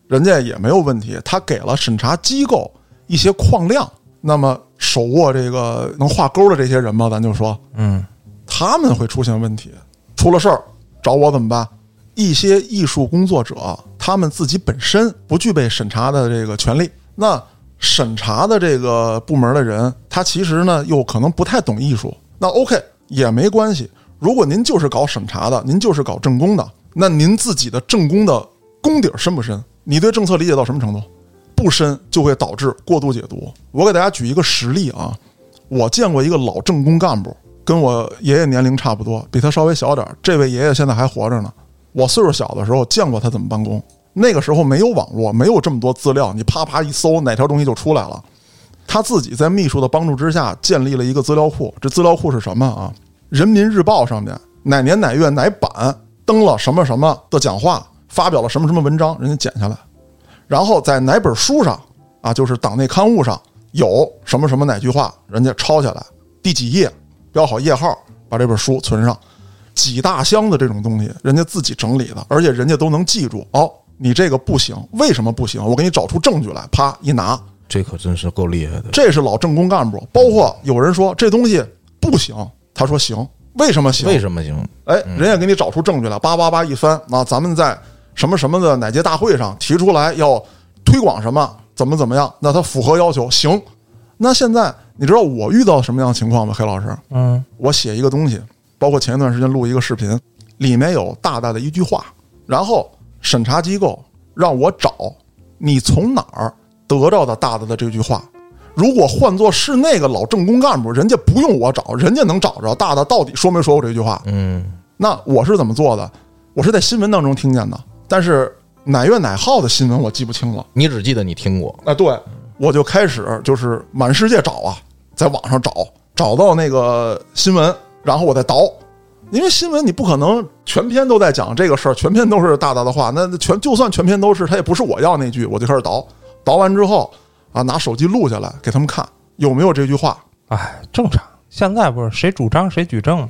Speaker 1: 人家也没有问题，他给了审查机构一些框量。那么手握这个能画勾的这些人嘛，咱就说
Speaker 3: 嗯
Speaker 1: 他们会出现问题，出了事儿找我怎么办？一些艺术工作者他们自己本身不具备审查的这个权利，那审查的这个部门的人，他其实呢又可能不太懂艺术，那 OK 也没关系。如果您就是搞审查的，您就是搞政工的，那您自己的政工的功底儿深不深？你对政策理解到什么程度？不深就会导致过度解读。我给大家举一个实例啊，我见过一个老政工干部，跟我爷爷年龄差不多，比他稍微小点儿。这位爷爷现在还活着呢。我岁数小的时候见过他怎么办公，那个时候没有网络，没有这么多资料，你啪啪一搜，哪条东西就出来了。他自己在秘书的帮助之下建立了一个资料库。这资料库是什么啊？《人民日报》上面哪年哪月哪版登了什么什么的讲话，发表了什么什么文章，人家剪下来，然后在哪本书上啊，就是党内刊物上有什么什么哪句话，人家抄下来，第几页标好页号，把这本书存上。几大箱子这种东西，人家自己整理的，而且人家都能记住。哦，你这个不行，为什么不行？我给你找出证据来，啪一拿，
Speaker 4: 这可真是够厉害的。
Speaker 1: 这是老政工干部。包括有人说这东西不行，他说行，为什么行？
Speaker 4: 为什么行？
Speaker 1: 哎，人家给你找出证据来，叭叭叭一翻，啊，咱们在什么什么的哪届大会上提出来要推广什么，怎么怎么样，那它符合要求，行。那现在你知道我遇到什么样的情况吗？黑老师，
Speaker 3: 嗯，
Speaker 1: 我写一个东西，包括前一段时间录一个视频，里面有大大的一句话，然后审查机构让我找你从哪儿得到的大大的这句话。如果换做是那个老政工干部，人家不用我找，人家能找着大大到底说没说过这句话。
Speaker 4: 嗯，
Speaker 1: 那我是怎么做的？我是在新闻当中听见的，但是哪月哪号的新闻我记不清了。
Speaker 4: 你只记得你听过，
Speaker 1: 啊，对，我就开始就是满世界找啊，在网上找，找到那个新闻，然后我再倒，因为新闻你不可能全篇都在讲这个事儿，全篇都是大大的话，那那全就算全篇都是，它也不是我要那句，我就开始倒，倒完之后啊，拿手机录下来给他们看有没有这句话，
Speaker 3: 哎，正常。现在不是谁主张谁举证嘛？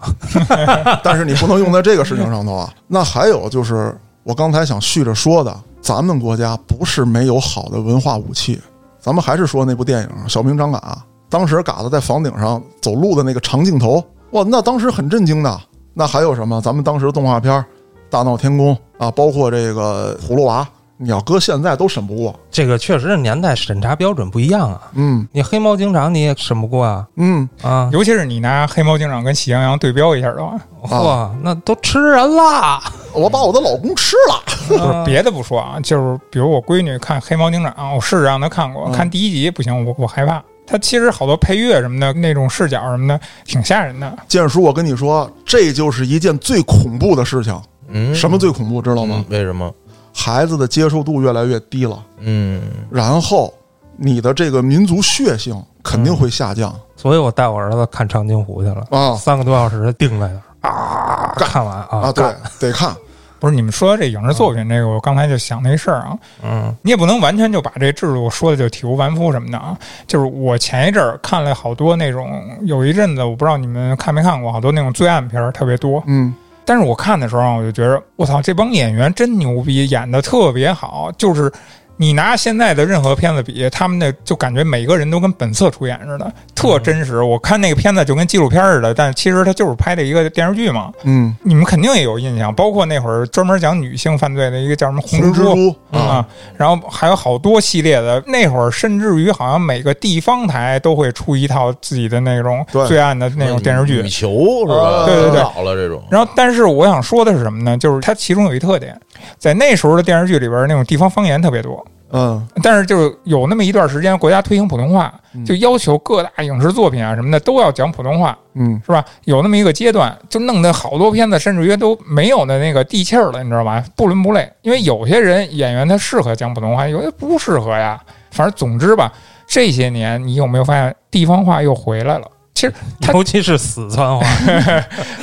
Speaker 1: 但是你不能用在这个事情上头 啊。那还有就是，我刚才想续着说的，咱们国家不是没有好的文化武器。咱们还是说那部电影《小兵张嘎》，啊当时嘎子在房顶上走路的那个长镜头，哇，那当时很震惊的。那还有什么？咱们当时动画片《大闹天宫》啊，包括这个《葫芦娃》，你要搁现在都审不过。
Speaker 3: 这个确实是年代审查标准不一样啊。
Speaker 1: 嗯
Speaker 3: 你黑猫警长你也审不过啊
Speaker 1: 嗯，
Speaker 3: 啊！
Speaker 5: 尤其是你拿黑猫警长跟喜羊羊对标一下的话，
Speaker 3: 哇，那都吃人啦！
Speaker 1: 我把我的老公吃了。
Speaker 3: 嗯
Speaker 5: 就是别的不说啊，就是比如我闺女看黑猫警长，我试着让她看过，
Speaker 1: 嗯
Speaker 5: 看第一集不行，我我害怕。它其实好多配乐什么的，那种视角什么的，挺吓人的。
Speaker 1: 建叔，我跟你说，这就是一件最恐怖的事情。
Speaker 4: 嗯，
Speaker 1: 什么最恐怖，知道吗？
Speaker 4: 嗯？为什么？
Speaker 1: 孩子的接受度越来越低了，
Speaker 4: 嗯，
Speaker 1: 然后你的这个民族血性肯定会下降、
Speaker 3: 所以我带我儿子看长津湖去了，
Speaker 1: 啊
Speaker 3: 三个多小时定在那儿啊，
Speaker 1: 干
Speaker 3: 看完啊
Speaker 1: 啊！对
Speaker 3: 干，
Speaker 1: 得看，
Speaker 5: 不是你们说这影视作品这个，我刚才就想那事儿啊，
Speaker 3: 嗯
Speaker 5: 你也不能完全就把这制度说的就体无完肤什么的啊。就是我前一阵儿看了好多那种，有一阵子我不知道你们看没看过，好多那种罪案片儿特别多。
Speaker 1: 嗯
Speaker 5: 但是我看的时候啊，我就觉得我操，这帮演员真牛逼，演的特别好。就是你拿现在的任何片子比，他们的就感觉每个人都跟本色出演似的，特真实。我看那个片子就跟纪录片似的，但其实它就是拍的一个电视剧嘛。
Speaker 1: 嗯，
Speaker 5: 你们肯定也有印象，包括那会儿专门讲女性犯罪的一个叫什么《红
Speaker 1: 红
Speaker 5: 蜘
Speaker 1: 蜘
Speaker 5: 蛛》。
Speaker 1: 蛛
Speaker 5: 啊，然后还有好多系列的，那会儿甚至于好像每个地方台都会出一套自己的那种
Speaker 1: 对
Speaker 5: 罪案的那种电视剧哦
Speaker 4: 羽。球是吧？
Speaker 1: 啊
Speaker 5: 对对对
Speaker 4: 老了这种，
Speaker 5: 然后，但是我想说的是什么呢？就是它其中有一特点，在那时候的电视剧里边，那种地方方言特别多。
Speaker 1: 嗯
Speaker 5: 但是就是有那么一段时间，国家推行普通话，就要求各大影视作品啊什么的都要讲普通话，
Speaker 1: 嗯，
Speaker 5: 是吧？有那么一个阶段，就弄得好多片子甚至于都没有的那个地气儿了，你知道吧？不伦不类。因为有些人演员他适合讲普通话，有些不适合呀。反正总之吧，这些年你有没有发现地方话又回来了？其实他
Speaker 3: 尤其是四川话，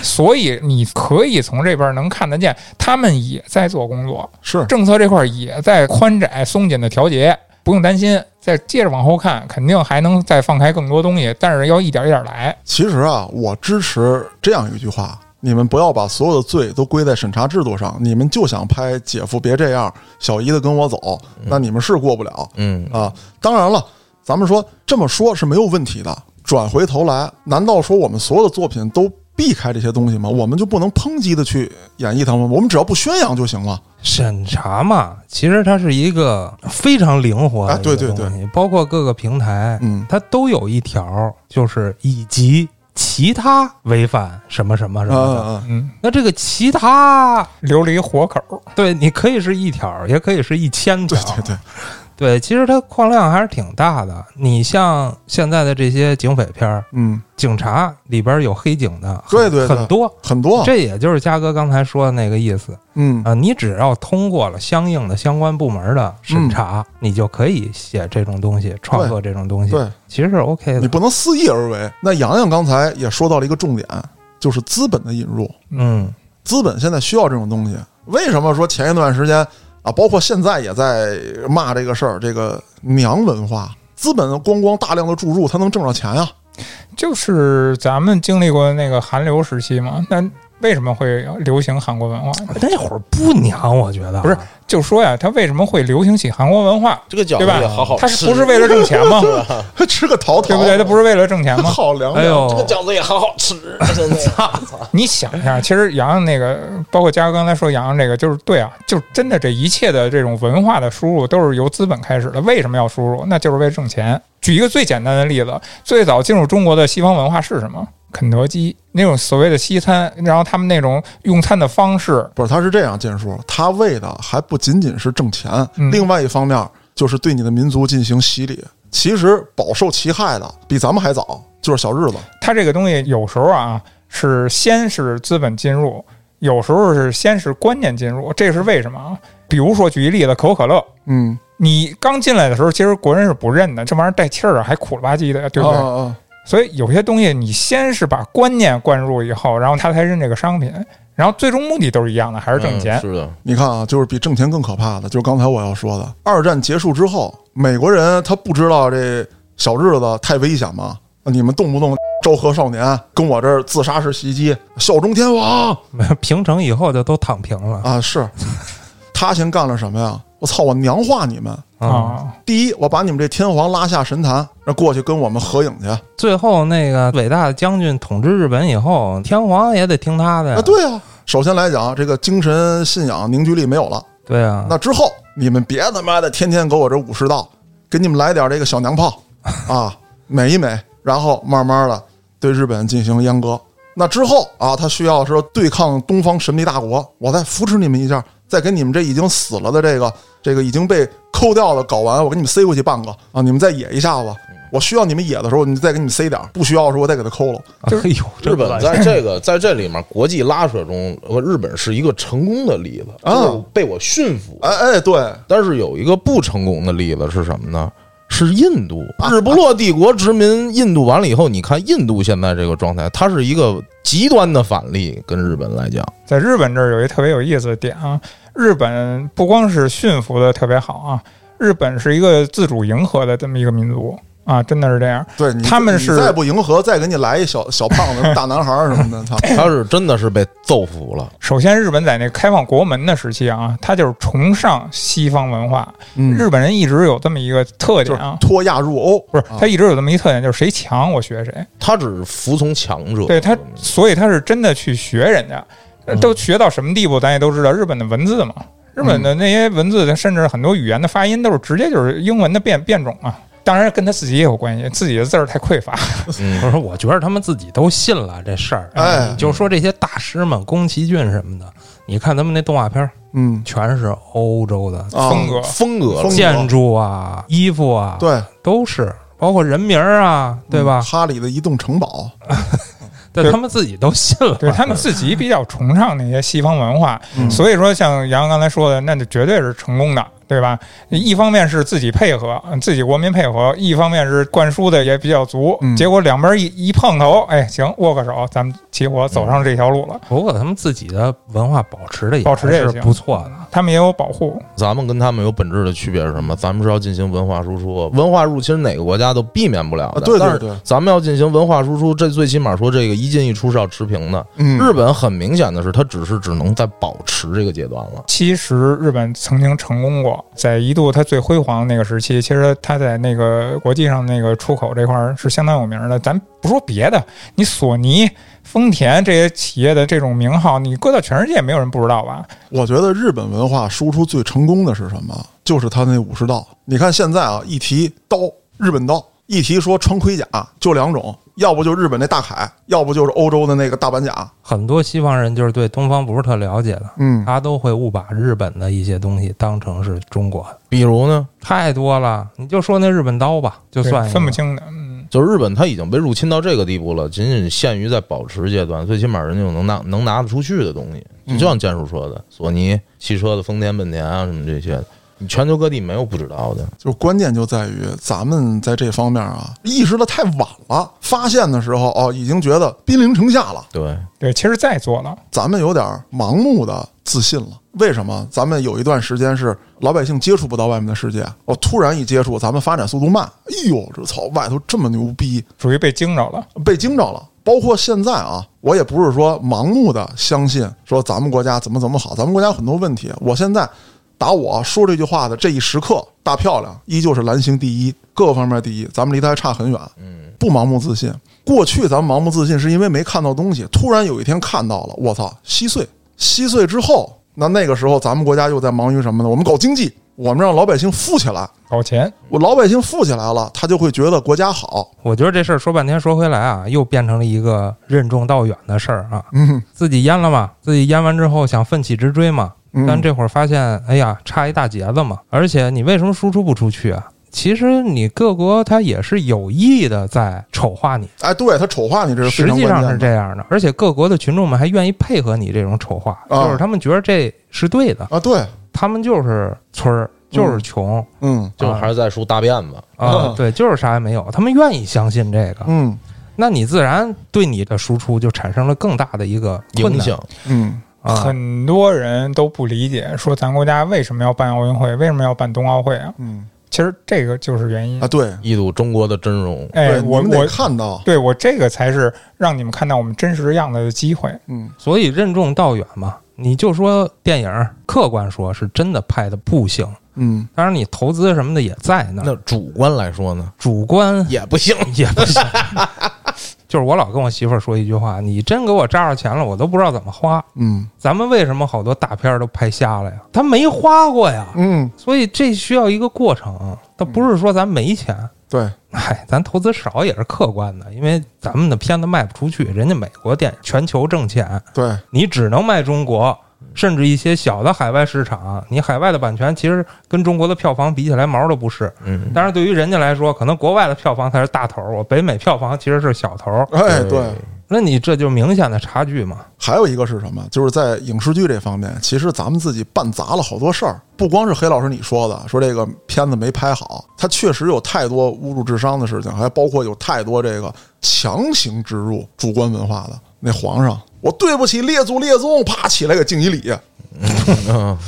Speaker 5: 所以你可以从这边能看得见，他们也在做工作，
Speaker 1: 是
Speaker 5: 政策这块儿也在宽窄松紧的调节，不用担心。再接着往后看，肯定还能再放开更多东西，但是要一点一点来。
Speaker 1: 其实啊，我支持这样一句话：你们不要把所有的罪都归在审查制度上，你们就想拍《姐夫别这样》，小姨子跟我走，那你们是过不了。
Speaker 4: 嗯，
Speaker 1: 啊。当然了，咱们说这么说是没有问题的。转回头来，难道说我们所有的作品都避开这些东西吗？我们就不能抨击的去演绎它吗？我们只要不宣扬就行了。
Speaker 3: 审查嘛，其实它是一个非常灵活的
Speaker 1: 啊对
Speaker 3: 一个
Speaker 1: 对
Speaker 3: 东西，包括各个平台，
Speaker 1: 嗯
Speaker 3: 它都有一条，就是以及其他违反什么什么
Speaker 1: 嗯
Speaker 3: 什么的。
Speaker 1: 嗯
Speaker 5: 嗯，
Speaker 3: 那这个其他，
Speaker 5: 留了一活口儿。
Speaker 3: 对，你可以是一条，也可以是一千
Speaker 1: 对
Speaker 3: 条，
Speaker 1: 对对，
Speaker 3: 对，其实它矿量还是挺大的。你像现在的这些警匪片儿，
Speaker 1: 嗯，
Speaker 3: 警察里边有黑警的，很
Speaker 1: 对对对哦
Speaker 3: 很多。
Speaker 1: 很多，啊
Speaker 3: 这也就是嘉哥刚才说的那个意思
Speaker 1: 嗯
Speaker 3: 啊、你只要通过了相应的相关部门的审查，你就可以写这种东西，创作这种东
Speaker 1: 嗯
Speaker 3: 西，
Speaker 1: 对，
Speaker 3: 其实是 OK
Speaker 1: 你
Speaker 3: 的。
Speaker 1: 不能肆意而为。那洋洋刚才也说到了一个重点，就是资本的引入。
Speaker 3: 嗯
Speaker 1: 资本现在需要这种东西。为什么说前一段时间啊，包括现在也在骂这个事儿，这个娘文化，资本咣咣大量的注入，它能挣着钱啊呀？
Speaker 5: 就是咱们经历过那个韩流时期嘛，那为什么会流行韩国文化？
Speaker 3: 那会儿不娘，我觉得啊
Speaker 5: 不是就说呀，它为什么会流行起韩国文化？
Speaker 4: 这个饺
Speaker 5: 对
Speaker 4: 子
Speaker 5: 吧
Speaker 4: 也好好吃，
Speaker 5: 它是不是为了挣钱吗？
Speaker 1: 吃个桃桃，
Speaker 5: 对不对？它不是为了挣钱吗？
Speaker 1: 好凉
Speaker 3: 哎
Speaker 1: 凉。
Speaker 3: 呦
Speaker 4: 这，个饺子也好好吃， 真的。
Speaker 5: 你想一下，其实洋洋那个，包括嘉哥刚才说洋洋这个，就是对啊，就是真的这一切的这种文化的输入都是由资本开始的。为什么要输入？那就是为了挣钱。举一个最简单的例子，最早进入中国的西方文化是什么？肯德基那种所谓的西餐，然后他们那种用餐的方式，
Speaker 1: 不是，他是这样，建叔，他为的还不仅仅是挣钱，
Speaker 5: 嗯
Speaker 1: 另外一方面就是对你的民族进行洗礼。其实饱受其害的比咱们还早，就是小日子。
Speaker 5: 它这个东西有时候啊是先是资本进入，有时候是先是观念进入，这是为什么啊？比如说举一例子，可口可乐，
Speaker 1: 嗯，
Speaker 5: 你刚进来的时候，其实国人是不认的，这玩意儿带气儿啊，还苦了吧唧的，对不对？
Speaker 4: 哦
Speaker 1: 啊啊
Speaker 5: 所以有些东西你先是把观念灌入以后，然后他才认这个商品，然后最终目的都是一样的，还是挣钱。
Speaker 4: 嗯是的，
Speaker 1: 你看啊，就是比挣钱更可怕的，就是刚才我要说的，二战结束之后，美国人他不知道这小日子太危险吗？你们动不动昭和少年跟我这儿自杀式袭击，效忠天王
Speaker 3: 平成以后就都躺平了
Speaker 1: 啊！是，他先干了什么呀？我操！我娘化你们！
Speaker 3: 啊、
Speaker 4: 嗯
Speaker 5: 啊，
Speaker 1: 第一，我把你们这天皇拉下神坛，让过去跟我们合影去啊！
Speaker 3: 最后那个伟大的将军统治日本以后，天皇也得听他的呀。
Speaker 1: 对啊，首先来讲，这个精神信仰凝聚力没有了，
Speaker 3: 对啊，
Speaker 1: 那之后你们别他妈的天天给我这武士道，给你们来点这个小娘炮啊， 美一美，然后慢慢的对日本进行阉割。那之后啊，他需要说对抗东方神秘大国，我再扶持你们一下，再给你们这已经死了的这个这个已经被抠掉的搞完，我给你们塞过去半个啊，你们再野一下子。我需要你们野的时候，你再给你们塞点儿；不需要的时候，我再给它抠了。
Speaker 3: 哎呦，
Speaker 4: 日本在这个在这里面国际拉扯中，呃日本是一个成功的例子，
Speaker 1: 啊
Speaker 4: 就是被我驯服。
Speaker 1: 哎哎，对，
Speaker 4: 但是有一个不成功的例子是什么呢？是印度，
Speaker 5: 啊
Speaker 4: 日不落帝国殖民印度完了以后，你看印度现在这个状态，它是一个极端的反例，跟日本来讲，
Speaker 5: 在日本这儿有一特别有意思的点啊，日本不光是驯服的特别好啊，日本是一个自主迎合的这么一个民族啊，真的是这样。
Speaker 1: 对你
Speaker 5: 他们
Speaker 1: 你
Speaker 5: 是
Speaker 1: 再不迎合，再给你来一小小胖子、大男孩儿什么的， 操！
Speaker 4: 它是真的是被揍服了。
Speaker 5: 首先，日本在那开放国门的时期啊，它就是崇尚西方文化。
Speaker 1: 嗯
Speaker 5: 日本人一直有这么一个特点啊，
Speaker 1: 脱亚入欧，
Speaker 5: 不是
Speaker 1: 啊
Speaker 5: 他一直有这么一特点，就是谁强我学谁。
Speaker 4: 它只服从强者，
Speaker 5: 对他，所以他是真的去学人家，呃都学到什么地步，咱也都知道日本的文字嘛。日本的那些文字，甚至很多语言的发音都是直接就是英文的变变种啊。当然跟他自己也有关系，自己的字儿太匮乏。
Speaker 4: 嗯
Speaker 3: 不是，我觉得他们自己都信了这事儿。
Speaker 1: 哎
Speaker 3: 你就说这些大师们，宫崎骏什么的，你看他们那动画片儿，
Speaker 1: 嗯
Speaker 3: 全是欧洲的
Speaker 1: 啊
Speaker 5: 风格
Speaker 4: 风格了
Speaker 1: 风格
Speaker 3: 建筑啊、衣服啊，，
Speaker 1: 对
Speaker 3: 都是，包括人名儿啊，
Speaker 5: 嗯
Speaker 3: 对吧？
Speaker 1: 哈利的移动城堡，
Speaker 3: 但
Speaker 5: 对
Speaker 3: 他们自己都信了。
Speaker 5: 对他们自己比较崇尚那些西方文化，
Speaker 1: 嗯
Speaker 5: 所以说像杨洋刚才说的，那就绝对是成功的，对吧？一方面是自己配合，嗯自己国民配合；一方面是灌输的也比较足，
Speaker 1: 嗯
Speaker 5: 结果两边一一碰头，哎，行，握个手，咱们齐活走上这条路了。
Speaker 3: 不过他们自己的文化保持的也
Speaker 5: 保持这
Speaker 3: 还
Speaker 5: 个
Speaker 3: 是
Speaker 5: 行
Speaker 3: 不错的。
Speaker 5: 他们也有保护，
Speaker 4: 咱们跟他们有本质的区别是什么？咱们是要进行文化输出，文化入侵哪个国家都避免不了
Speaker 1: 啊
Speaker 4: 的。
Speaker 1: 对对
Speaker 4: 但是
Speaker 1: 对
Speaker 4: 咱们要进行文化输出，这最起码说这个一进一出是要持平的。
Speaker 1: 嗯
Speaker 4: 日本很明显的是，它只是只能在保持这个阶段了。
Speaker 5: 其实日本曾经成功过，在一度它最辉煌的那个时期，其实它在那个国际上那个出口这块儿是相当有名的。咱不说别的，你索尼、丰田这些企业的这种名号，你搁到全世界没有人不知道吧？
Speaker 1: 我觉得日本文化输出最成功的是什么？就是他那武士道。你看现在啊，一提刀，日本刀；一提说穿盔甲，就两种，要不就日本那大铠，要不就是欧洲的那个大板甲。
Speaker 3: 很多西方人就是对东方不是特了解的，
Speaker 1: 嗯，
Speaker 3: 他都会误把日本的一些东西当成是中国的，
Speaker 4: 比如呢，
Speaker 3: 太多了。你就说那日本刀吧，就
Speaker 5: 对
Speaker 3: 算一个
Speaker 5: 分不。清的，嗯，
Speaker 4: 就是日本它已经被入侵到这个地步了，仅仅限于在保持阶段，最起码人家有能拿能拿得出去的东西，
Speaker 1: 嗯
Speaker 4: 就像建叔说的，索尼汽车的丰田、本田啊什么这些的，你全球各地没有不知道的。
Speaker 1: 就关键就在于咱们在这方面啊，意识的太晚了。发现的时候哦，已经觉得兵临城下了。
Speaker 4: 对，
Speaker 5: 对，其实在做了，
Speaker 1: 咱们有点盲目的自信了。为什么？咱们有一段时间是老百姓接触不到外面的世界，我突然一接触，咱们发展速度慢。哎呦，这操，外头这么牛逼，
Speaker 5: 属于被惊着了。
Speaker 1: 被惊着了。包括现在啊，我也不是说盲目的相信说咱们国家怎么怎么好，咱们国家有很多问题。我现在打我啊说这句话的这一时刻，大漂亮依旧是蓝星第一，各方面第一，咱们离他还差很远。嗯，不盲目自信。过去咱们盲目自信是因为没看到东西，突然有一天看到了，我操，稀碎，稀碎之后，那那个时候咱们国家又在忙于什么呢？我们搞经济，我们让老百姓富起来，
Speaker 5: 搞钱，
Speaker 1: 我老百姓富起来了，他就会觉得国家好。
Speaker 3: 我觉得这事儿说半天说回来啊，又变成了一个任重道远的事儿啊。
Speaker 1: 嗯
Speaker 3: 自己淹了嘛，自己淹完之后想奋起直追嘛，
Speaker 1: 嗯
Speaker 3: 但这会儿发现，哎呀，差一大截子嘛。而且你为什么输出不出去啊？其实你各国它也是有意的在丑化你，
Speaker 1: 哎，对他丑化你，这是非
Speaker 3: 实
Speaker 1: 常
Speaker 3: 际
Speaker 1: 关
Speaker 3: 上
Speaker 1: 键
Speaker 3: 是
Speaker 1: 的。
Speaker 3: 这样的。而且各国的群众们还愿意配合你这种丑化，
Speaker 1: 啊
Speaker 3: 就是他们觉得这是对的，
Speaker 1: 啊，对，
Speaker 3: 他们就是村儿，就是穷
Speaker 1: 嗯
Speaker 4: 就还是在说大便吧。
Speaker 3: 啊
Speaker 1: 啊，
Speaker 3: 对，就是啥也没有，他们愿意相信这个，
Speaker 1: 嗯
Speaker 3: 那你自然对你的输出就产生了更大的一个困
Speaker 4: 影
Speaker 3: 难
Speaker 4: 响，
Speaker 1: 嗯
Speaker 3: 啊。
Speaker 5: 很多人都不理解，说咱国家为什么要办奥运会，为什么要办冬奥会啊？
Speaker 1: 嗯
Speaker 5: 其实这个就是原因
Speaker 1: 啊，。对，
Speaker 4: 一睹中国的真容。
Speaker 5: 哎，
Speaker 1: 对
Speaker 5: 我
Speaker 1: 你们得
Speaker 5: 我
Speaker 1: 看到，
Speaker 5: 对我这个才是让你们看到我们真实样子的 机会。
Speaker 1: 嗯
Speaker 3: 所以任重道远嘛，你就说电影儿，客观说是真的拍的不行，
Speaker 1: 嗯，
Speaker 3: 当然你投资什么的也在那儿，
Speaker 4: 那主观来说呢，
Speaker 3: 主观
Speaker 4: 也不行。
Speaker 3: 也不行。 就是我老跟我媳妇儿说一句话：“你真给我扎着钱了，我都不知道怎么花。
Speaker 1: 嗯”
Speaker 3: 咱们为什么好多大片儿都拍瞎了呀？他没花过呀，
Speaker 1: 嗯，
Speaker 3: 所以这需要一个过程。他不是说咱没钱，
Speaker 1: 对，
Speaker 3: 哎，咱投资少也是客观的，因为咱们的片子卖不出去，人家美国电影全球挣钱，
Speaker 1: 对，
Speaker 3: 你只能卖中国，甚至一些小的海外市场，你海外的版权其实跟中国的票房比起来毛都不是。
Speaker 4: 嗯，
Speaker 3: 但是对于人家来说，可能国外的票房才是大头儿，我北美票房其实是小头儿。
Speaker 1: 哎对。
Speaker 3: 那你这就明显的差距嘛。
Speaker 1: 还有一个是什么？就是在影视剧这方面，其实咱们自己办砸了好多事儿，不光是黑老师你说的，说这个片子没拍好，它确实有太多侮辱智商的事情，还包括有太多这个强行植入主观文化的。那皇上，我对不起列祖列宗，啪起来给敬一礼，嗯
Speaker 4: 嗯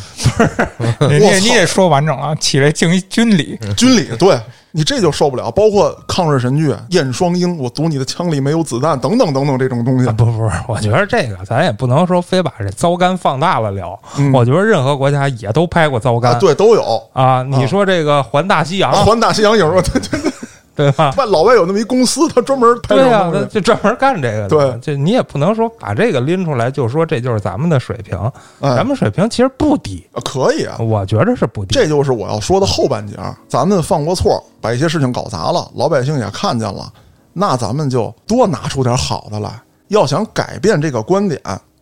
Speaker 5: 你
Speaker 1: 我
Speaker 5: 你
Speaker 1: 操嗯
Speaker 5: 你也说完整了，起来敬一军礼，
Speaker 1: 军礼，对你这就受不了。包括抗日神剧《燕双鹰》，我赌你的枪里没有子弹，等等等等这种东西
Speaker 3: 啊、。不不，我觉得这个咱也不能说非把这糟干放大了聊。我觉得任何国家也都拍过糟干。
Speaker 1: 啊，对，都有。
Speaker 3: 啊，你说这个环大西洋，
Speaker 1: 环大西洋影， 对对对，
Speaker 3: 对吧？
Speaker 1: 外老外有那么一公司，他专门拍这
Speaker 3: 对呀、啊
Speaker 1: 种
Speaker 3: 那
Speaker 1: 东西。
Speaker 3: 就专门干这个的。
Speaker 1: 对
Speaker 3: 这你也不能说把这个拎出来就说这就是咱们的水平，
Speaker 1: 哎
Speaker 3: 咱们水平其实不低，
Speaker 1: 啊可以啊，
Speaker 3: 我觉着是不低。
Speaker 1: 这就是我要说的后半截儿。咱们犯过错，把一些事情搞砸了，老百姓也看见了，那咱们就多拿出点好的来。要想改变这个观点，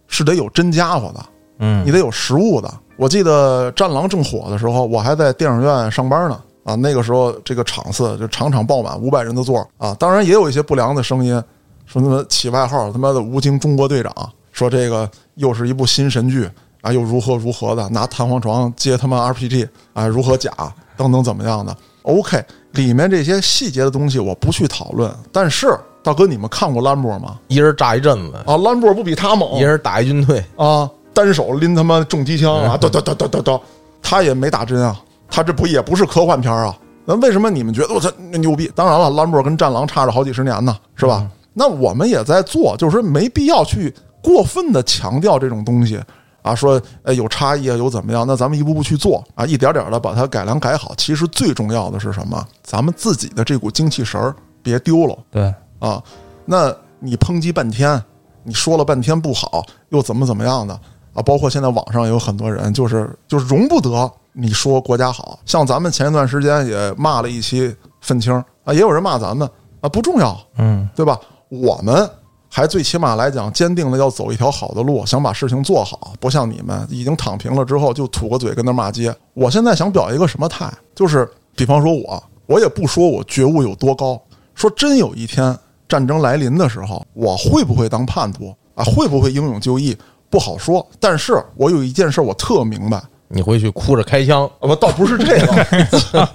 Speaker 1: 是得有真家伙的。
Speaker 3: 嗯
Speaker 1: 你得有实物的。我记得《战狼》正火的时候，我还在电影院上班呢。啊，那个时候这个场次就场场爆满，五百人的座儿啊。当然也有一些不良的声音，说他妈起外号，他妈的吴京中国队长，说这个又是一部新神剧啊，又如何如何的，拿弹簧床接他妈 RPG 啊，如何假等等怎么样的。OK，里面这些细节的东西我不去讨论，但是大哥，你们看过兰博吗？
Speaker 4: 一人炸一阵子，
Speaker 1: 啊，兰博不比他猛，
Speaker 4: 一人打一军队，
Speaker 1: 啊，单手拎他妈重机枪啊，叨叨叨叨叨叨，他也没打针啊，他这不也不是科幻片啊？那为什么你们觉得我操那牛逼？当然了，兰博跟战狼差着好几十年呢，是吧？那我们也在做，就是说没必要去过分的强调这种东西啊，说呃有差异啊，有怎么样？那咱们一步步去做啊，一点点的把它改良改好。其实最重要的是什么？咱们自己的这股精气神儿别丢了。
Speaker 3: 对，
Speaker 1: 啊，那你抨击半天，你说了半天不好，又怎么怎么样的啊？包括现在网上也有很多人，就是就是容不得你说国家好，像咱们前一段时间也骂了一期愤青啊，也有人骂咱们啊，不重要，
Speaker 3: 嗯，
Speaker 1: 对吧？我们还最起码来讲坚定的要走一条好的路，想把事情做好，不像你们已经躺平了之后就吐个嘴跟那骂街。我现在想表一个什么态，就是比方说我，我也不说我觉悟有多高，说真有一天战争来临的时候，我会不会当叛徒啊？会不会英勇就义？不好说，但是我有一件事我特明白，
Speaker 4: 你回去哭着开枪，
Speaker 1: 啊，不，倒不是这个，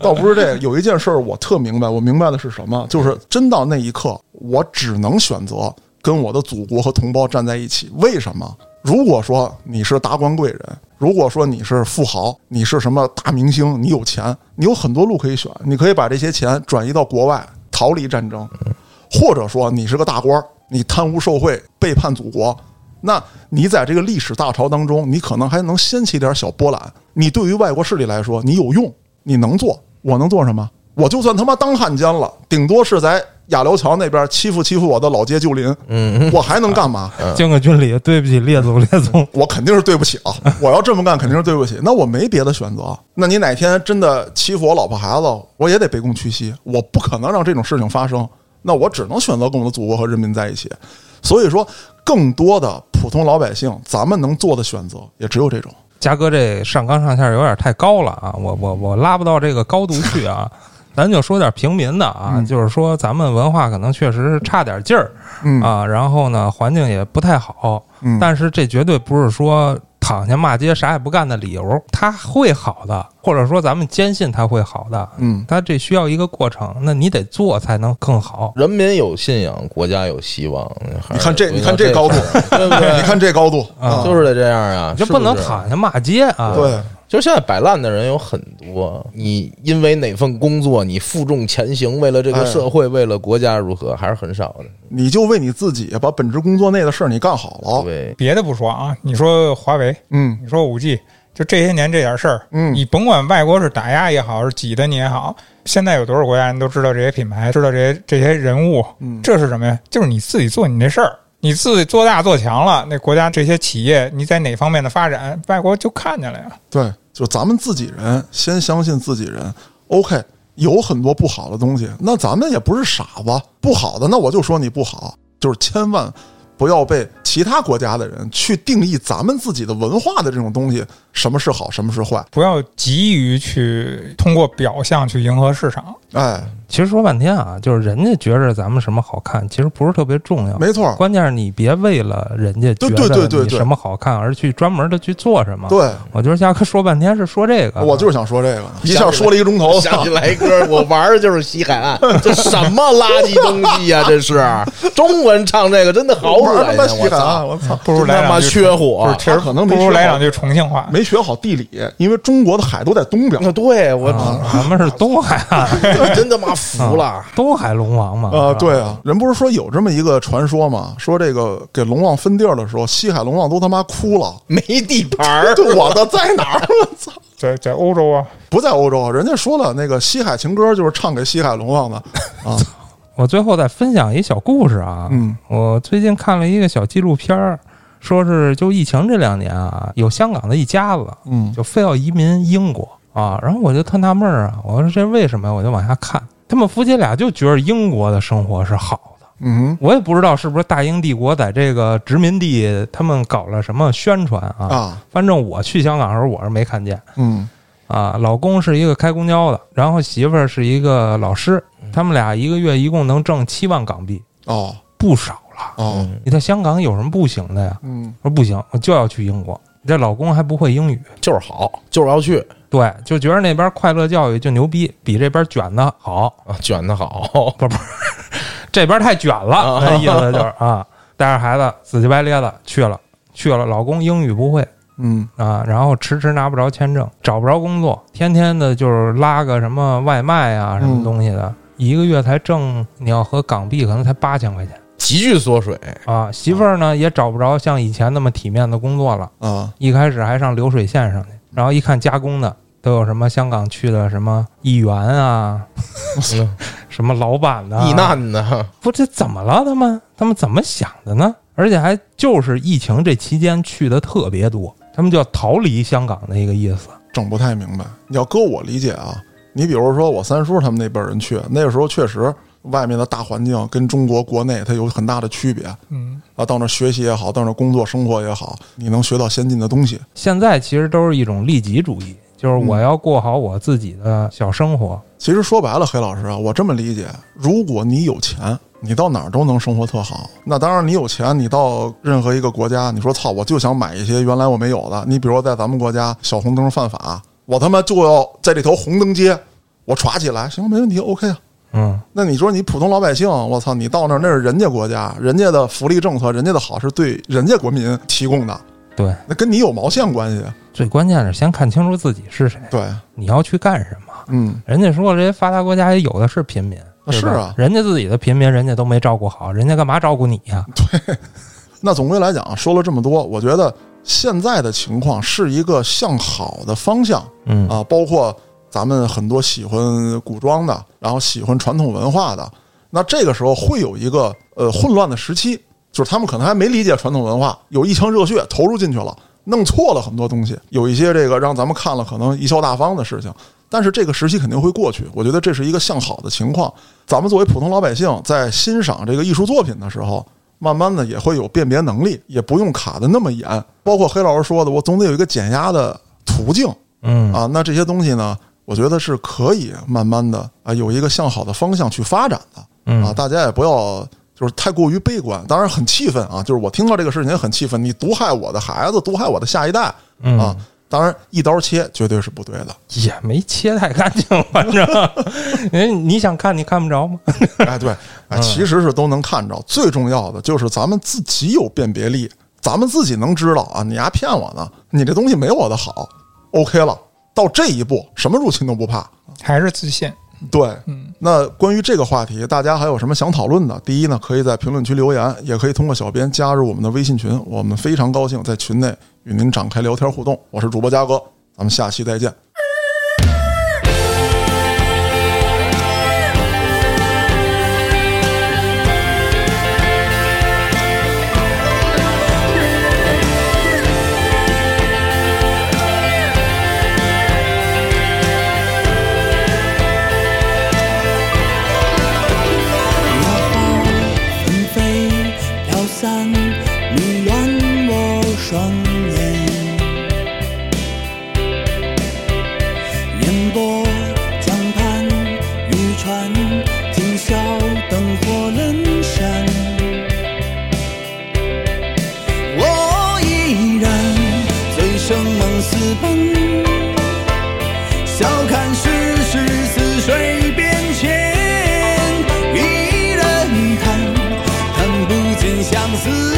Speaker 1: 倒不是这个。有一件事儿我特明白，我明白的是什么？就是真到那一刻，我只能选择跟我的祖国和同胞站在一起。为什么？如果说你是达官贵人，如果说你是富豪，你是什么大明星，你有钱，你有很多路可以选，你可以把这些钱转移到国外，逃离战争，或者说你是个大官儿，你贪污受贿，背叛祖国，那你在这个历史大潮当中，你可能还能掀起点小波澜。你对于外国势力来说，你有用，你能做，我能做什么？我就算他妈当汉奸了，顶多是在亚辽桥那边欺负欺负我的老街旧邻，嗯，我还能干嘛？
Speaker 3: 敬个军礼，对不起，列祖列宗。
Speaker 1: 我肯定是对不起啊！我要这么干肯定是对不起，那我没别的选择。啊那你哪天真的欺负我老婆孩子，我也得卑躬屈膝，我不可能让这种事情发生。那我只能选择跟我的祖国和人民在一起。所以说，更多的普通老百姓，咱们能做的选择也只有这种。
Speaker 3: 嘉哥这上纲上线有点太高了啊，我我我拉不到这个高度 去啊。咱就说点平民的啊，就是说咱们文化可能确实是差点劲儿
Speaker 1: 嗯，
Speaker 3: 啊，然后呢环境也不太好，
Speaker 1: 嗯
Speaker 3: 但是这绝对不是说躺下骂街啥也不干的理由，它会好的，或者说咱们坚信它会好的，
Speaker 1: 嗯
Speaker 3: 它这需要一个过程，那你得做才能更好。
Speaker 4: 人民有信仰，国家有希望。还
Speaker 1: 你
Speaker 4: 是
Speaker 1: 看这，你看
Speaker 4: 哎回
Speaker 1: 这
Speaker 4: 到
Speaker 1: 高度，
Speaker 4: 这事儿，对不对？
Speaker 1: 你看这高度
Speaker 3: 啊
Speaker 4: 就是得这样
Speaker 1: 嗯
Speaker 4: 啊，
Speaker 3: 这
Speaker 4: 是
Speaker 3: 不能
Speaker 4: 是
Speaker 3: 躺下骂街啊！
Speaker 1: 对，
Speaker 4: 就现在摆烂的人有很多，你因为哪份工作你负重前行，为了
Speaker 1: 哎
Speaker 4: 这个社会，为了国家如何，还是很少的。
Speaker 1: 你就为你自己把本职工作内的事儿你干好了。
Speaker 4: 对，
Speaker 5: 别的不说啊，你说华为，
Speaker 1: 嗯
Speaker 5: 你说五 G，就这些年这点事儿，
Speaker 1: 嗯
Speaker 5: 你甭管外国是打压也好，是挤得你也好，现在有多少国家人都知道这些品牌，知道这些这些人物，
Speaker 1: 嗯
Speaker 5: 这是什么呀？就是你自己做你那事儿，你自己做大做强了，那国家这些企业你在哪方面的发展，外国就看见了呀。
Speaker 1: 对，就咱们自己人先相信自己人。OK，有很多不好的东西，那咱们也不是傻子，不好的那我就说你不好，就是千万不要被其他国家的人去定义咱们自己的文化的这种东西，什么是好，什么是坏。
Speaker 5: 不要急于去通过表象去迎合市场，
Speaker 1: 哎，
Speaker 3: 其实说半天啊，就是人家觉着咱们什么好看，其实不是特别重要。
Speaker 1: 没错儿，
Speaker 3: 啊关键是你别为了人家觉
Speaker 1: 对对对
Speaker 3: 得
Speaker 1: 对
Speaker 3: 你
Speaker 1: 对
Speaker 3: 什么好看而去专门的去做什么。，
Speaker 1: 对。
Speaker 3: 我觉得嘉哥说半天是说这个，
Speaker 1: 我就是想说这个，一下说了一个钟头，啊
Speaker 2: 想起来歌，我玩的就是西海岸，这什么垃圾东西呀、这是中国人唱这个真的好
Speaker 1: 玩
Speaker 2: 恶
Speaker 1: 儿他妈
Speaker 2: 心！啊
Speaker 1: 西
Speaker 2: 我
Speaker 1: 海
Speaker 2: 操，。
Speaker 1: 啊岸，我操，
Speaker 5: 不如
Speaker 4: 真
Speaker 5: 来
Speaker 4: 他妈
Speaker 5: 两句，
Speaker 4: 缺火
Speaker 1: 不是，，其实可能没
Speaker 5: 不如
Speaker 1: 学好
Speaker 5: 来两句重庆话。
Speaker 1: 没学好地理，因为中国的海都在东边。
Speaker 4: 那对我
Speaker 3: 啊，咱们是东海 岸，
Speaker 4: 真他妈服了。
Speaker 1: 啊
Speaker 3: 东海龙王嘛。
Speaker 1: 呃，
Speaker 3: 是吧
Speaker 1: 对啊，人不是说有这么一个传说吗？说这个给龙王分地儿的时候，西海龙王都他妈哭了
Speaker 2: 没地盘儿，
Speaker 1: 对，我的在哪儿？ 我操！
Speaker 5: 在在欧洲啊，
Speaker 1: 不在欧洲，人家说了，那个西海情歌就是唱给西海龙王的啊。
Speaker 3: 我最后再分享一小故事啊，
Speaker 1: 嗯，
Speaker 3: 我最近看了一个小纪录片儿，说是就疫情这两年啊，有香港的一家子，
Speaker 1: 嗯
Speaker 3: 就非要移民英国啊。然后我就特纳闷儿啊，我说这为什么呀？我就往下看，他们夫妻俩就觉得英国的生活是好的。
Speaker 1: 嗯
Speaker 3: 我也不知道是不是大英帝国在这个殖民地他们搞了什么宣传啊。
Speaker 1: 啊
Speaker 3: 反正我去香港的时候我是没看见
Speaker 1: 嗯
Speaker 3: 啊。老公是一个开公交的，然后媳妇儿是一个老师，
Speaker 4: 嗯
Speaker 3: 他们俩一个月一共能挣七万港币，
Speaker 1: 哦
Speaker 3: 不少了。
Speaker 1: 哦
Speaker 3: 你在香港有什么不行的呀？
Speaker 1: 嗯
Speaker 3: 我说不行，我就要去英国。这老公还不会英语，
Speaker 4: 就是好，就是要去
Speaker 3: 对，就觉得那边快乐教育就牛逼，比这边卷的好，
Speaker 4: 啊，卷的 好，
Speaker 3: 这边太卷了，那意思就是啊，带着孩子死乞白咧的去了，去了，老公英语不会
Speaker 1: 嗯
Speaker 3: 啊，然后迟迟拿不着签证，找不着工作，天天的就是拉个什么外卖啊，什么东西的，一个月才挣，你要合港币可能才八千块钱
Speaker 4: 急剧缩 水。
Speaker 3: 啊，媳妇儿呢也找不着像以前那么体面的工作了。
Speaker 1: 啊
Speaker 3: 一开始还上流水线上去，然后一看加工的都有什么香港去的什么议员啊，
Speaker 4: 嗯
Speaker 3: 什么老板呐、
Speaker 4: 避难呢？
Speaker 3: 不这怎么了？他们他们怎么想的呢？而且还就是疫情这期间去的特别多，他们就要逃离香港的一个意思。
Speaker 1: 整不太明白。你要搁我理解啊，你比如说我三叔他们那辈儿人去，那个时候确实外面的大环境跟中国国内它有很大的区别
Speaker 5: 嗯，
Speaker 1: 啊。到那儿学习也好，到那儿工作生活也好，你能学到先进的东西。
Speaker 3: 现在其实都是一种利己主义，就是
Speaker 1: 嗯
Speaker 3: 我要过好我自己的小生活。
Speaker 1: 其实说白了，黑老师啊，我这么理解：如果你有钱，你到哪儿都能生活特好。那当然，你有钱，你到任何一个国家，你说操，我就想买一些原来我没有的。你比如说在咱们国家，小红灯犯法，我他妈就要在这条红灯街，我耍起来，行，没问题，OK 啊。
Speaker 3: 嗯，
Speaker 1: 那你说你普通老百姓，我操，你到那儿那是人家国家，人家的福利政策，人家的好是对人家国民提供的，
Speaker 3: 对，
Speaker 1: 那跟你有毛线关系？
Speaker 3: 最关键是先看清楚自己是谁，
Speaker 1: 对，
Speaker 3: 你要去干什么。
Speaker 1: 嗯，
Speaker 3: 人家说这些发达国家也有的是贫民，
Speaker 1: 那
Speaker 3: 对吧
Speaker 1: 是啊
Speaker 3: 人家自己的贫民人家都没照顾好，人家干嘛照顾你啊呀、
Speaker 1: 那总归来讲，说了这么多，我觉得现在的情况是一个向好的方向
Speaker 3: 嗯
Speaker 1: 啊，包括咱们很多喜欢古装的，然后喜欢传统文化的，那这个时候会有一个呃混乱的时期，就是他们可能还没理解传统文化，有一腔热血投入进去了，弄错了很多东西，有一些这个让咱们看了可能贻笑大方的事情。但是这个时期肯定会过去，我觉得这是一个向好的情况。咱们作为普通老百姓，在欣赏这个艺术作品的时候，慢慢的也会有辨别能力，也不用卡的那么严。包括黑老师说的，我总得有一个减压的途径，
Speaker 3: 嗯
Speaker 1: 啊，那这些东西呢，我觉得是可以慢慢的啊，有一个向好的方向去发展的
Speaker 3: 嗯
Speaker 1: 啊，大家也不要就是太过于悲观，当然很气愤啊，就是我听到这个事情也很气愤，你毒害我的孩子，毒害我的下一代
Speaker 3: 嗯
Speaker 1: 啊，当然一刀切绝对是不对 的，
Speaker 3: 也没切太干净，反正 你你想看你看不着吗？
Speaker 1: 哎，对，
Speaker 3: 嗯
Speaker 1: 哎，其实是都能看着，最重要的就是咱们自己有辨别力，咱们自己能知道啊，你丫骗我呢，你这东西没我的好，OK 了，到这一步什么入侵都不怕，
Speaker 5: 还是自信。
Speaker 1: 对，
Speaker 5: 嗯，
Speaker 1: 那关于这个话题，大家还有什么想讨论的？第一呢，可以在评论区留言，也可以通过小编加入我们的微信群，我们非常高兴在群内与您展开聊天互动。我是主播嘉哥，咱们下期再见。
Speaker 6: 落花纷飞，飘散你眼我双眼。烟波江畔，渔船今宵灯火阑珊。我依然醉生梦死般。笑看世事似水变迁，一人叹，叹不尽相思。